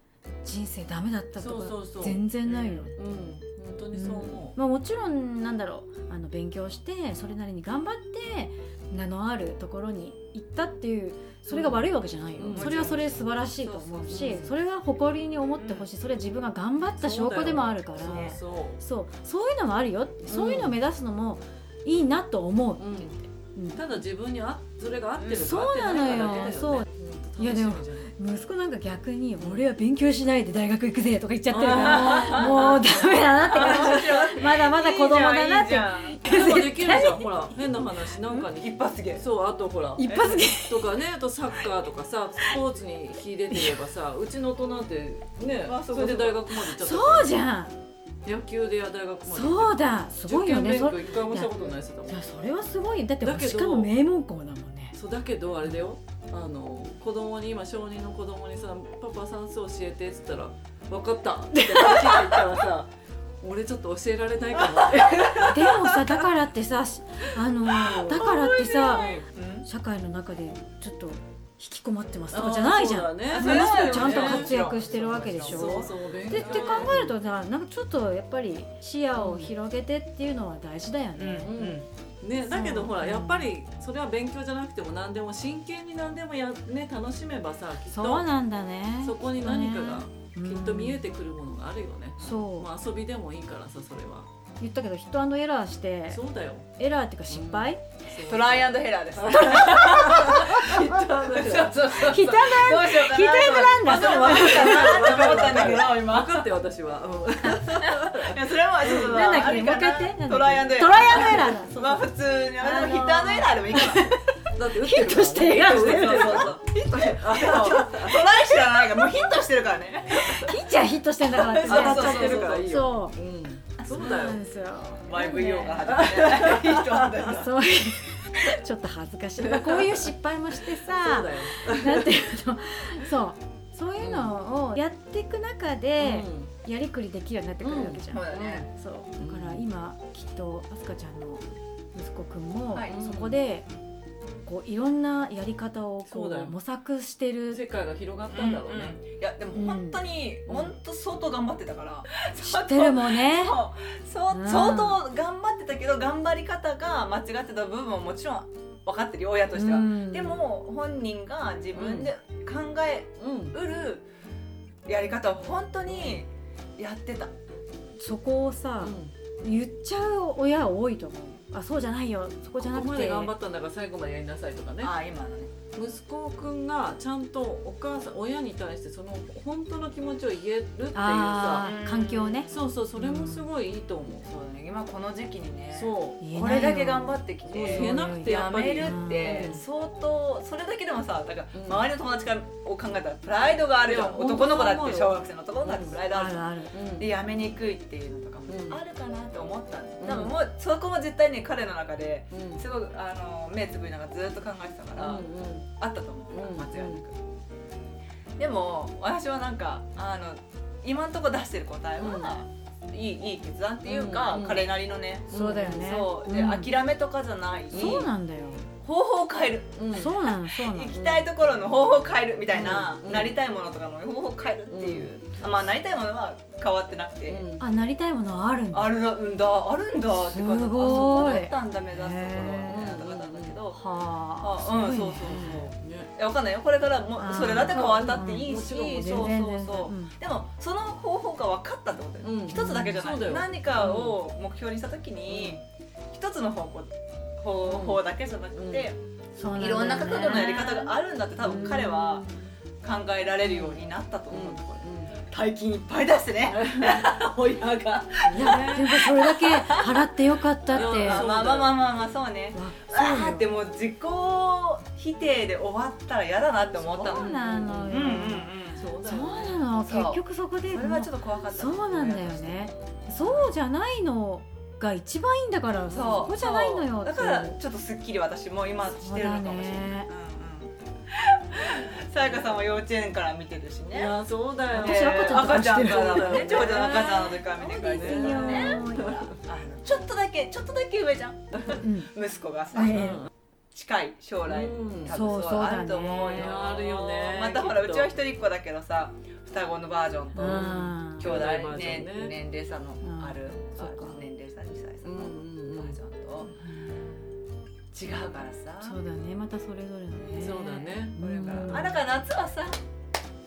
[SPEAKER 1] 人生ダメだったと
[SPEAKER 2] そうそうそ
[SPEAKER 1] か
[SPEAKER 2] う
[SPEAKER 1] 全然ないよ、
[SPEAKER 2] うん本当にそう思う
[SPEAKER 1] まあ、もちろんなんだろうあの勉強してそれなりに頑張って名のあるところに行ったっていうそれが悪いわけじゃないよ、
[SPEAKER 2] うん
[SPEAKER 1] それはそれ素晴らしいと思う
[SPEAKER 3] そうそう
[SPEAKER 1] し
[SPEAKER 3] そう
[SPEAKER 1] それは誇りに思ってほしいそれは自分が頑張った証拠でもあるから
[SPEAKER 2] そうそ
[SPEAKER 1] そうそういうのもあるよってそういうのを目指すのもいいなと思う
[SPEAKER 2] う、う、ん、
[SPEAKER 1] うん
[SPEAKER 2] ただ自分にあそれが合ってるか
[SPEAKER 1] そうなのよそう
[SPEAKER 2] い
[SPEAKER 1] い
[SPEAKER 2] や
[SPEAKER 1] や
[SPEAKER 2] で
[SPEAKER 1] で
[SPEAKER 2] も
[SPEAKER 1] も息子なんか逆に「俺は勉強しないで大学行くぜ」とか言っちゃってるからもうダメだなって 感
[SPEAKER 3] 面白い
[SPEAKER 1] じまだまだ子供だなって
[SPEAKER 3] いいじゃんいい
[SPEAKER 2] でもできるじゃんほら変な話なんか
[SPEAKER 3] じゃん
[SPEAKER 2] に
[SPEAKER 3] 一発芸
[SPEAKER 2] そうあとほら
[SPEAKER 1] 一 発芸
[SPEAKER 2] とかねあとサッカーとかさスポーツに秀でてればさうちの大人ってね
[SPEAKER 3] あそ
[SPEAKER 2] そう
[SPEAKER 3] か
[SPEAKER 2] れで大学まで行っちゃった
[SPEAKER 1] そうじゃん
[SPEAKER 2] 野球で大学まで
[SPEAKER 1] そうだすごいよね
[SPEAKER 2] 受
[SPEAKER 1] そ
[SPEAKER 2] 験勉
[SPEAKER 1] れ
[SPEAKER 2] 強
[SPEAKER 1] い
[SPEAKER 2] 一回もしたことない人だもん
[SPEAKER 1] やそれはすごいよだって
[SPEAKER 2] だけど
[SPEAKER 1] しかも名門校だもんね
[SPEAKER 2] そうだけどあれだよあの子供に今小児の子供にさ「パパ算数教えて」っつったら「分かった」って言ったらさ 俺ちょっと教えられないかもって
[SPEAKER 1] でもさだからって さしあの だからってさ
[SPEAKER 3] うん
[SPEAKER 1] 社会の中でちょっと引きこもってます
[SPEAKER 2] あー
[SPEAKER 1] とかじゃないじゃ
[SPEAKER 2] そ
[SPEAKER 1] ん
[SPEAKER 2] うだね
[SPEAKER 1] その人ちゃんと
[SPEAKER 2] そうだよね
[SPEAKER 1] 活躍してるわけでし
[SPEAKER 2] そ
[SPEAKER 1] ょ
[SPEAKER 2] うそう勉強
[SPEAKER 1] でって考えるとさなんかちょっとやっぱり視野を広げてっていうのは大事だよね、
[SPEAKER 2] うんね、だけ
[SPEAKER 1] そ
[SPEAKER 2] ど
[SPEAKER 1] う
[SPEAKER 2] ほらやっぱりそれは勉強じゃなくても何でも真剣に何でもや、ね、楽しめばさきっと
[SPEAKER 1] そうなんだね
[SPEAKER 2] そこに何かが
[SPEAKER 1] き
[SPEAKER 2] きっと見えてくるものがあるよね、
[SPEAKER 1] そう、
[SPEAKER 2] まあ、遊びでもいいからさそれは
[SPEAKER 1] 言ったけどヒットエラーして
[SPEAKER 2] そうだよ
[SPEAKER 1] エラーっていうか失敗、
[SPEAKER 3] トライアンドヘラーですそうそうそう
[SPEAKER 1] ヒット
[SPEAKER 3] どうしようかな
[SPEAKER 1] ヒットエラー
[SPEAKER 3] そう
[SPEAKER 1] なんだ
[SPEAKER 3] 分かったなと思ったんだけど今
[SPEAKER 2] 分かって私は、うん
[SPEAKER 3] いやそれはちょっと
[SPEAKER 1] なんだっ
[SPEAKER 3] あ
[SPEAKER 1] け
[SPEAKER 3] れ
[SPEAKER 1] もう
[SPEAKER 3] か
[SPEAKER 1] 一回やってなんだっけ
[SPEAKER 3] なトライアンドエ
[SPEAKER 1] ト
[SPEAKER 3] ラ
[SPEAKER 1] ライアンドエラーだ
[SPEAKER 3] ーまあ普通にあ
[SPEAKER 1] あの
[SPEAKER 3] の
[SPEAKER 1] ー
[SPEAKER 3] ヒットアンドエラーでもいいかな
[SPEAKER 2] だって打って
[SPEAKER 1] ヒッ
[SPEAKER 2] るからね
[SPEAKER 1] トしてエラーしてる
[SPEAKER 2] そうそうそう
[SPEAKER 3] ヒットでもトライしてはないからもうヒットしてるからね
[SPEAKER 1] ピッチャーヒットしてんだからってね
[SPEAKER 3] 当たっ
[SPEAKER 2] そう
[SPEAKER 3] ちゃってるから
[SPEAKER 2] そうそうそういいよ
[SPEAKER 1] そう
[SPEAKER 2] うんそうだ
[SPEAKER 1] な
[SPEAKER 2] よ
[SPEAKER 1] んですよ
[SPEAKER 3] マイブヨが始めてヒットアンドエラ
[SPEAKER 1] あ
[SPEAKER 3] ー
[SPEAKER 1] そういうちょっと恥ずかしいこういう失敗もして
[SPEAKER 2] そう
[SPEAKER 1] さ
[SPEAKER 2] だよ
[SPEAKER 1] なんていうのそうそういうのをやっていく中で、やりくりできるようになってくるわけじゃん、
[SPEAKER 3] そうだね
[SPEAKER 1] そうだから今きっとあすかちゃんの息子くんも、
[SPEAKER 3] はい
[SPEAKER 1] そこでこういろんなやり方を
[SPEAKER 2] そ
[SPEAKER 1] こ
[SPEAKER 2] うだよ
[SPEAKER 1] う模索して
[SPEAKER 2] うん世
[SPEAKER 1] る
[SPEAKER 2] 界が広がったんだろうね、
[SPEAKER 3] うんいやでも本当に
[SPEAKER 2] うん
[SPEAKER 3] 本当相 当頑張ってたから
[SPEAKER 1] 知ってるもんね
[SPEAKER 3] そう
[SPEAKER 1] うん
[SPEAKER 3] 相当頑張ってたけど頑張り方が間違ってた部分ももちろん分かってるよ親としては、
[SPEAKER 1] うん
[SPEAKER 3] でも本人が自分で考え
[SPEAKER 2] うん
[SPEAKER 3] うるやり方を本当にやってた、
[SPEAKER 1] そこをさ、言っちゃう親多いと思うあそうじゃないよそこじゃな
[SPEAKER 2] ここ
[SPEAKER 1] く
[SPEAKER 2] ま
[SPEAKER 1] て
[SPEAKER 2] で頑張ったんだから最後までやりなさいとかね
[SPEAKER 3] ああ今のね
[SPEAKER 2] 息子くんがちゃんとお母さん親に対してその本当の気持ちを言えるっていう
[SPEAKER 1] あ
[SPEAKER 2] さ
[SPEAKER 1] ー環境ね
[SPEAKER 2] そうそうそれもすごいいいと思う、
[SPEAKER 3] そうだね今この時期にね
[SPEAKER 2] そう
[SPEAKER 1] 言え
[SPEAKER 3] こ
[SPEAKER 1] ない
[SPEAKER 3] れ
[SPEAKER 1] よ
[SPEAKER 3] だけ頑張ってき
[SPEAKER 2] そう
[SPEAKER 3] て
[SPEAKER 2] 言えなくてや
[SPEAKER 3] や
[SPEAKER 2] っぱ
[SPEAKER 3] め
[SPEAKER 2] り
[SPEAKER 3] るって
[SPEAKER 1] うん
[SPEAKER 3] 相当それだけでもさだから
[SPEAKER 2] うん
[SPEAKER 3] 周りの友達からを考えたらプライドがあるじゃん
[SPEAKER 2] いや
[SPEAKER 3] 男の子だっ
[SPEAKER 2] 本当
[SPEAKER 3] て
[SPEAKER 2] そう
[SPEAKER 3] 小
[SPEAKER 2] 思うよ
[SPEAKER 3] 学生の男の子だってプライドあ
[SPEAKER 1] あ
[SPEAKER 3] るじゃ
[SPEAKER 1] る
[SPEAKER 3] ん
[SPEAKER 1] ある
[SPEAKER 2] うん
[SPEAKER 3] でやめにくいっていうのとかも
[SPEAKER 2] うん
[SPEAKER 3] あるかなと思ったんです、
[SPEAKER 2] うん
[SPEAKER 3] でももうそこも絶対ね彼の中で
[SPEAKER 2] うん
[SPEAKER 3] すごくあの目つぶりながらずっと考えてたから、
[SPEAKER 2] う
[SPEAKER 3] あったと思う、
[SPEAKER 2] うん
[SPEAKER 3] 間違いなく、でも私はなんかあの今んとこ出してる答えは、いいいい決断っていうか、
[SPEAKER 2] うん
[SPEAKER 3] 彼なりのね、
[SPEAKER 1] そうだよね
[SPEAKER 3] そうで、
[SPEAKER 1] うん
[SPEAKER 3] 諦めとかじゃない
[SPEAKER 1] そうなんだよ、
[SPEAKER 3] 方法を変える
[SPEAKER 2] んうん
[SPEAKER 1] そうなのそうなの
[SPEAKER 3] 行きたいところの方法を変えるみたいな、
[SPEAKER 2] うん
[SPEAKER 3] なりたいものとかの方法を変えるっていう、まあなりたいものは変わってなくて、
[SPEAKER 2] うん
[SPEAKER 1] あなりたいものはあるんだ
[SPEAKER 3] あるんだあるんだって感じ
[SPEAKER 1] すごい
[SPEAKER 3] あそこだったんだ目指すところはみたいなとこだったんだけど、
[SPEAKER 1] は
[SPEAKER 3] あ
[SPEAKER 1] あ
[SPEAKER 3] うん
[SPEAKER 1] す
[SPEAKER 3] そう
[SPEAKER 1] ご
[SPEAKER 3] そう
[SPEAKER 1] いね
[SPEAKER 3] そう
[SPEAKER 2] ね
[SPEAKER 3] いやわかんないよこれからも
[SPEAKER 1] あー
[SPEAKER 3] それだって変わったっていいし、
[SPEAKER 2] うんうんもち
[SPEAKER 3] そ
[SPEAKER 2] ろ
[SPEAKER 3] う
[SPEAKER 1] 全
[SPEAKER 3] んそう
[SPEAKER 1] 然
[SPEAKER 3] そう、
[SPEAKER 1] 全然
[SPEAKER 3] でもその方法が分かったってことだよ、
[SPEAKER 2] うん
[SPEAKER 3] 一つだけじゃない、
[SPEAKER 2] そうだよ
[SPEAKER 3] 何かを目標にした時に、一つの方向方法だけじゃなくて、
[SPEAKER 1] そうなんだよね
[SPEAKER 3] いろんな角度のやり方があるんだって多分彼は考えられるようになったと
[SPEAKER 2] うん
[SPEAKER 3] 思う、これ
[SPEAKER 2] う
[SPEAKER 3] 大金いっぱい出してね 親 が
[SPEAKER 1] いやでもそれだけ払ってよかったっ
[SPEAKER 2] い
[SPEAKER 1] て
[SPEAKER 2] や
[SPEAKER 3] まあまあまあまあまあまあそうね
[SPEAKER 1] わ
[SPEAKER 3] ああ
[SPEAKER 1] そ
[SPEAKER 3] っ
[SPEAKER 1] う
[SPEAKER 3] て
[SPEAKER 1] よ
[SPEAKER 3] もう自己否定で終わったら嫌だなって思ったの
[SPEAKER 1] そううんなの
[SPEAKER 3] う
[SPEAKER 1] よ、
[SPEAKER 3] んうん
[SPEAKER 2] そうだ
[SPEAKER 1] そう
[SPEAKER 2] よね
[SPEAKER 1] なの
[SPEAKER 3] そう
[SPEAKER 1] 結局そこで
[SPEAKER 3] それはちょっと怖かった
[SPEAKER 1] そうなんだよねそうじゃないのが一番いいんだから
[SPEAKER 3] そう
[SPEAKER 1] そこじゃないのよ
[SPEAKER 3] だからちょっとすっきり私も今してるのかもしれない
[SPEAKER 1] そう
[SPEAKER 3] うんうんさやかさんは幼稚園から見てるし
[SPEAKER 2] い
[SPEAKER 3] ね
[SPEAKER 2] やそうだよ
[SPEAKER 1] 私
[SPEAKER 3] ね
[SPEAKER 1] 赤ちゃん
[SPEAKER 3] 赤ちゃんから
[SPEAKER 2] から
[SPEAKER 3] だ
[SPEAKER 2] だ
[SPEAKER 3] ね
[SPEAKER 2] ね
[SPEAKER 3] 長女の赤ちゃんの時から見てくれてるからね
[SPEAKER 1] そうですよ
[SPEAKER 3] あのちょっとだけちょっとだけ上じゃん
[SPEAKER 1] うん
[SPEAKER 3] 息子がさ
[SPEAKER 1] ね
[SPEAKER 3] 近い将来
[SPEAKER 2] うん
[SPEAKER 3] 多分そうあると思う
[SPEAKER 1] そうそうだ
[SPEAKER 3] よ
[SPEAKER 1] ね
[SPEAKER 2] あるよね
[SPEAKER 3] またほら
[SPEAKER 2] きっ
[SPEAKER 3] う
[SPEAKER 2] と
[SPEAKER 3] ちは一人っ子だけどさ双子のバージョンと
[SPEAKER 1] うん
[SPEAKER 3] 兄弟
[SPEAKER 2] バージョン
[SPEAKER 3] ね
[SPEAKER 2] ね
[SPEAKER 3] 年齢差のある
[SPEAKER 1] うんそっか
[SPEAKER 3] 年齢差2歳差
[SPEAKER 2] うんうんうん
[SPEAKER 3] のバージョンと
[SPEAKER 2] 違うからさ
[SPEAKER 1] そうだねまたそれぞれのね
[SPEAKER 2] そうだね
[SPEAKER 1] これから
[SPEAKER 3] あだから夏はさ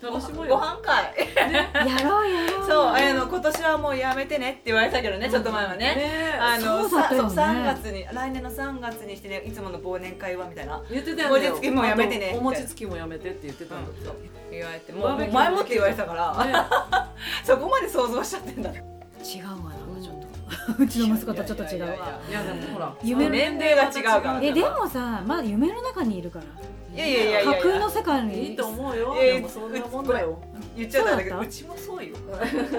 [SPEAKER 2] 楽しもう
[SPEAKER 3] ご
[SPEAKER 2] よ
[SPEAKER 3] 飯会
[SPEAKER 1] やろうやろう
[SPEAKER 3] そうあの今年はもうやめてねって言われたけどねちょっと前はね
[SPEAKER 2] ね
[SPEAKER 3] あの
[SPEAKER 1] そうだっ
[SPEAKER 3] さ
[SPEAKER 1] たよね
[SPEAKER 3] そう3月に来年の3月にしてねいつもの忘年会はみたいな
[SPEAKER 2] 言ってたよね
[SPEAKER 3] 餅つきもやめてね
[SPEAKER 2] あとお餅つきもやめてって言ってたんだけど
[SPEAKER 3] 言われて
[SPEAKER 2] も
[SPEAKER 3] も
[SPEAKER 2] う
[SPEAKER 3] う前もって言われたから
[SPEAKER 2] ね
[SPEAKER 3] そこまで想像しちゃってんだ
[SPEAKER 1] 違うわなんかちょっと うちの息子とちょっと違うわ
[SPEAKER 2] いやでもほら
[SPEAKER 1] 夢の
[SPEAKER 3] 年齢が違うから
[SPEAKER 1] えでもさまだ夢の中にいるから
[SPEAKER 3] いやいやいやいや
[SPEAKER 1] 架空の世界に
[SPEAKER 2] いいと思うよ
[SPEAKER 3] えー
[SPEAKER 2] でもそんなもんだよ
[SPEAKER 3] 言っちゃったんだけど
[SPEAKER 1] そうだった
[SPEAKER 3] うちもそうよ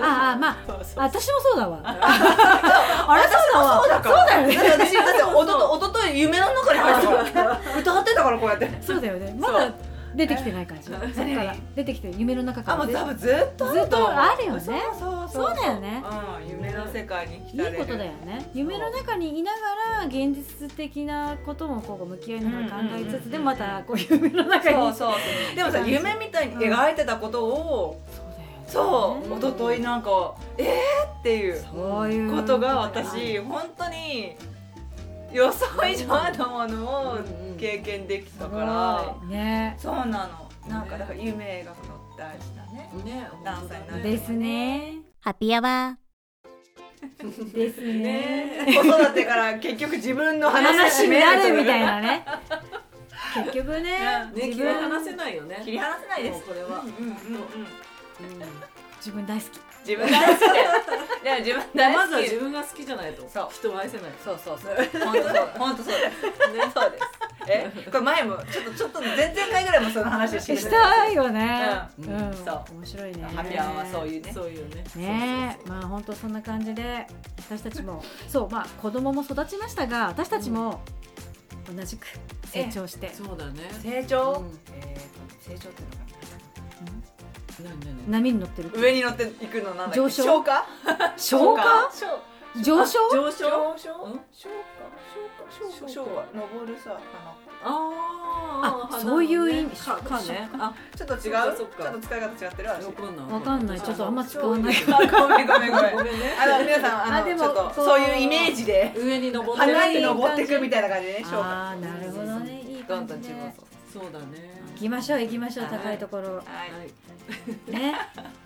[SPEAKER 1] ああま
[SPEAKER 3] そうそ
[SPEAKER 1] あ
[SPEAKER 3] う
[SPEAKER 1] 私もそうだわあれそうだわそうだよね
[SPEAKER 3] だって私だっておととおととい夢の中に入ってたから歌ってたからこうやって
[SPEAKER 1] そうだよねまだ出てきてない感じそっから出てきて夢の中か
[SPEAKER 3] あも
[SPEAKER 1] ら
[SPEAKER 3] う
[SPEAKER 1] で
[SPEAKER 3] 多分ずっとある
[SPEAKER 1] ずっとあるよね
[SPEAKER 3] そうそうそう
[SPEAKER 1] そうだよね
[SPEAKER 3] うん夢の世界に来
[SPEAKER 1] いい
[SPEAKER 3] たれる
[SPEAKER 1] ことだよね夢の中にいながら現実的なこともこう向き合いながら考え
[SPEAKER 3] うんうん
[SPEAKER 1] つ
[SPEAKER 3] うんう
[SPEAKER 1] つ
[SPEAKER 3] ん
[SPEAKER 1] でまたこう夢の中に
[SPEAKER 3] そうそうそうでもさ
[SPEAKER 1] うん
[SPEAKER 3] 夢みたいに描いてたことを
[SPEAKER 1] そうだよね
[SPEAKER 3] そう
[SPEAKER 2] うん
[SPEAKER 3] 一昨日なんかえーっていう
[SPEAKER 1] そういう
[SPEAKER 3] ことが
[SPEAKER 1] はい
[SPEAKER 3] 私本当に予想以上のものを経験できたから
[SPEAKER 1] ね
[SPEAKER 3] そうなのなんかだから夢描くの大事だね
[SPEAKER 2] ね
[SPEAKER 3] 何歳になる
[SPEAKER 1] ですねハッピーアワーですね
[SPEAKER 3] 子育てから結局自分の話
[SPEAKER 1] 話になるみたい
[SPEAKER 3] な
[SPEAKER 1] なね結局ね
[SPEAKER 2] ね切り離せないよね
[SPEAKER 3] 切り離せないで
[SPEAKER 2] もう
[SPEAKER 3] す
[SPEAKER 2] これは
[SPEAKER 3] うんうんうんうん
[SPEAKER 1] 自分大好き
[SPEAKER 3] 自分大好きだよいや自分 大好き
[SPEAKER 2] まずは自分が好きじゃないと
[SPEAKER 3] そう
[SPEAKER 2] 人を愛せない
[SPEAKER 3] そうそうそう本当そう本当そうですねそうですえこれ前もちょっとちょっと前々回ぐらいもその話してくれ
[SPEAKER 1] したいよね
[SPEAKER 2] う
[SPEAKER 1] うんん
[SPEAKER 3] そ
[SPEAKER 1] 面白いね
[SPEAKER 3] ハピアンはそういうね
[SPEAKER 2] そういうね
[SPEAKER 1] ねえまあ本当そんな感じで私たちもそうまあ子供も育ちましたが私たちも同じく成長して
[SPEAKER 2] そうそうそうだね
[SPEAKER 3] 成
[SPEAKER 2] う
[SPEAKER 3] 長
[SPEAKER 2] ん
[SPEAKER 3] えーと成長っていうの
[SPEAKER 2] 何何
[SPEAKER 1] 波に乗ってる
[SPEAKER 3] が上に乗っていくのなんだっけ
[SPEAKER 1] 上昇
[SPEAKER 3] 昇華
[SPEAKER 1] 消化
[SPEAKER 3] 昇
[SPEAKER 1] 上昇
[SPEAKER 3] 昇昇
[SPEAKER 2] 上昇うん
[SPEAKER 3] 昇華昇華昇華登るさあ
[SPEAKER 2] あー
[SPEAKER 1] あそういう意味
[SPEAKER 2] かかねあ
[SPEAKER 3] のちょっと違うち
[SPEAKER 2] そ
[SPEAKER 3] ょ
[SPEAKER 2] っ
[SPEAKER 3] っ
[SPEAKER 2] か
[SPEAKER 3] と使い方違ってる私
[SPEAKER 2] わかんない
[SPEAKER 1] わかんないちょっとあんま使わない
[SPEAKER 3] あごめんごめんごめん
[SPEAKER 2] ごめんね
[SPEAKER 3] あの皆さんあ
[SPEAKER 1] あで
[SPEAKER 3] の
[SPEAKER 1] も
[SPEAKER 3] ちょっと
[SPEAKER 1] こう
[SPEAKER 3] そういうイメージで
[SPEAKER 2] 上に登って
[SPEAKER 3] 花
[SPEAKER 1] 花
[SPEAKER 3] に
[SPEAKER 1] に
[SPEAKER 3] 登
[SPEAKER 1] 登
[SPEAKER 3] っ
[SPEAKER 1] ってて
[SPEAKER 3] い
[SPEAKER 1] い
[SPEAKER 3] く
[SPEAKER 1] く
[SPEAKER 3] み
[SPEAKER 1] み
[SPEAKER 3] たいな感じで昇華
[SPEAKER 1] ああなるほどねいい
[SPEAKER 3] ど
[SPEAKER 1] 感
[SPEAKER 3] んど
[SPEAKER 1] じ
[SPEAKER 3] ん自分を
[SPEAKER 1] ね
[SPEAKER 2] そうだね
[SPEAKER 1] 行きましょう行きましょう
[SPEAKER 3] はい
[SPEAKER 1] 高いところ
[SPEAKER 3] はい
[SPEAKER 2] はい
[SPEAKER 1] ね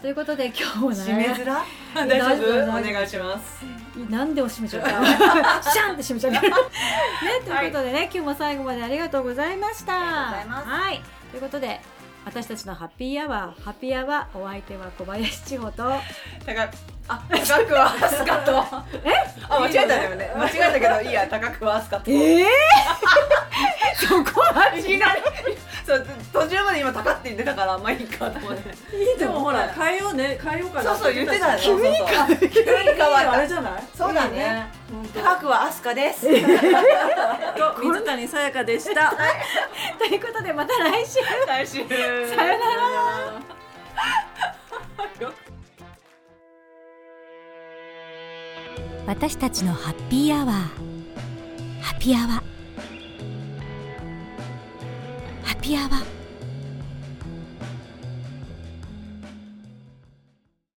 [SPEAKER 1] ということで今日も
[SPEAKER 3] 締め
[SPEAKER 1] ね
[SPEAKER 3] づら大
[SPEAKER 1] 丈
[SPEAKER 3] 丈
[SPEAKER 1] 夫
[SPEAKER 3] 夫お願いします
[SPEAKER 1] なんでお締めちゃった シャンって締めちゃったねということでね今日も最後までありがとうございました
[SPEAKER 3] ありがとうございます
[SPEAKER 1] はいということで私たちのハッピーアワーハッピーアワーお相手は小林千穂と
[SPEAKER 3] 高くあ高くはスカットえあ間違えたでもね間違えたけどいいや高くはスカット
[SPEAKER 1] ええそこはい
[SPEAKER 3] きなりそう途中まで今高って言ってたからまあいいかと思って
[SPEAKER 2] でもほら変えようね変えようか
[SPEAKER 3] そ
[SPEAKER 2] な
[SPEAKER 3] うそう言ってた
[SPEAKER 2] し
[SPEAKER 3] 急に急に変わ
[SPEAKER 2] あ
[SPEAKER 3] っ
[SPEAKER 2] れじゃない
[SPEAKER 3] たそうだね高くはアスカです
[SPEAKER 2] と水谷さやかでした
[SPEAKER 1] ということでまた来週
[SPEAKER 3] 最終
[SPEAKER 1] さよなら
[SPEAKER 4] 私たちのハッピーアワーハッピーアワーハッピーアワー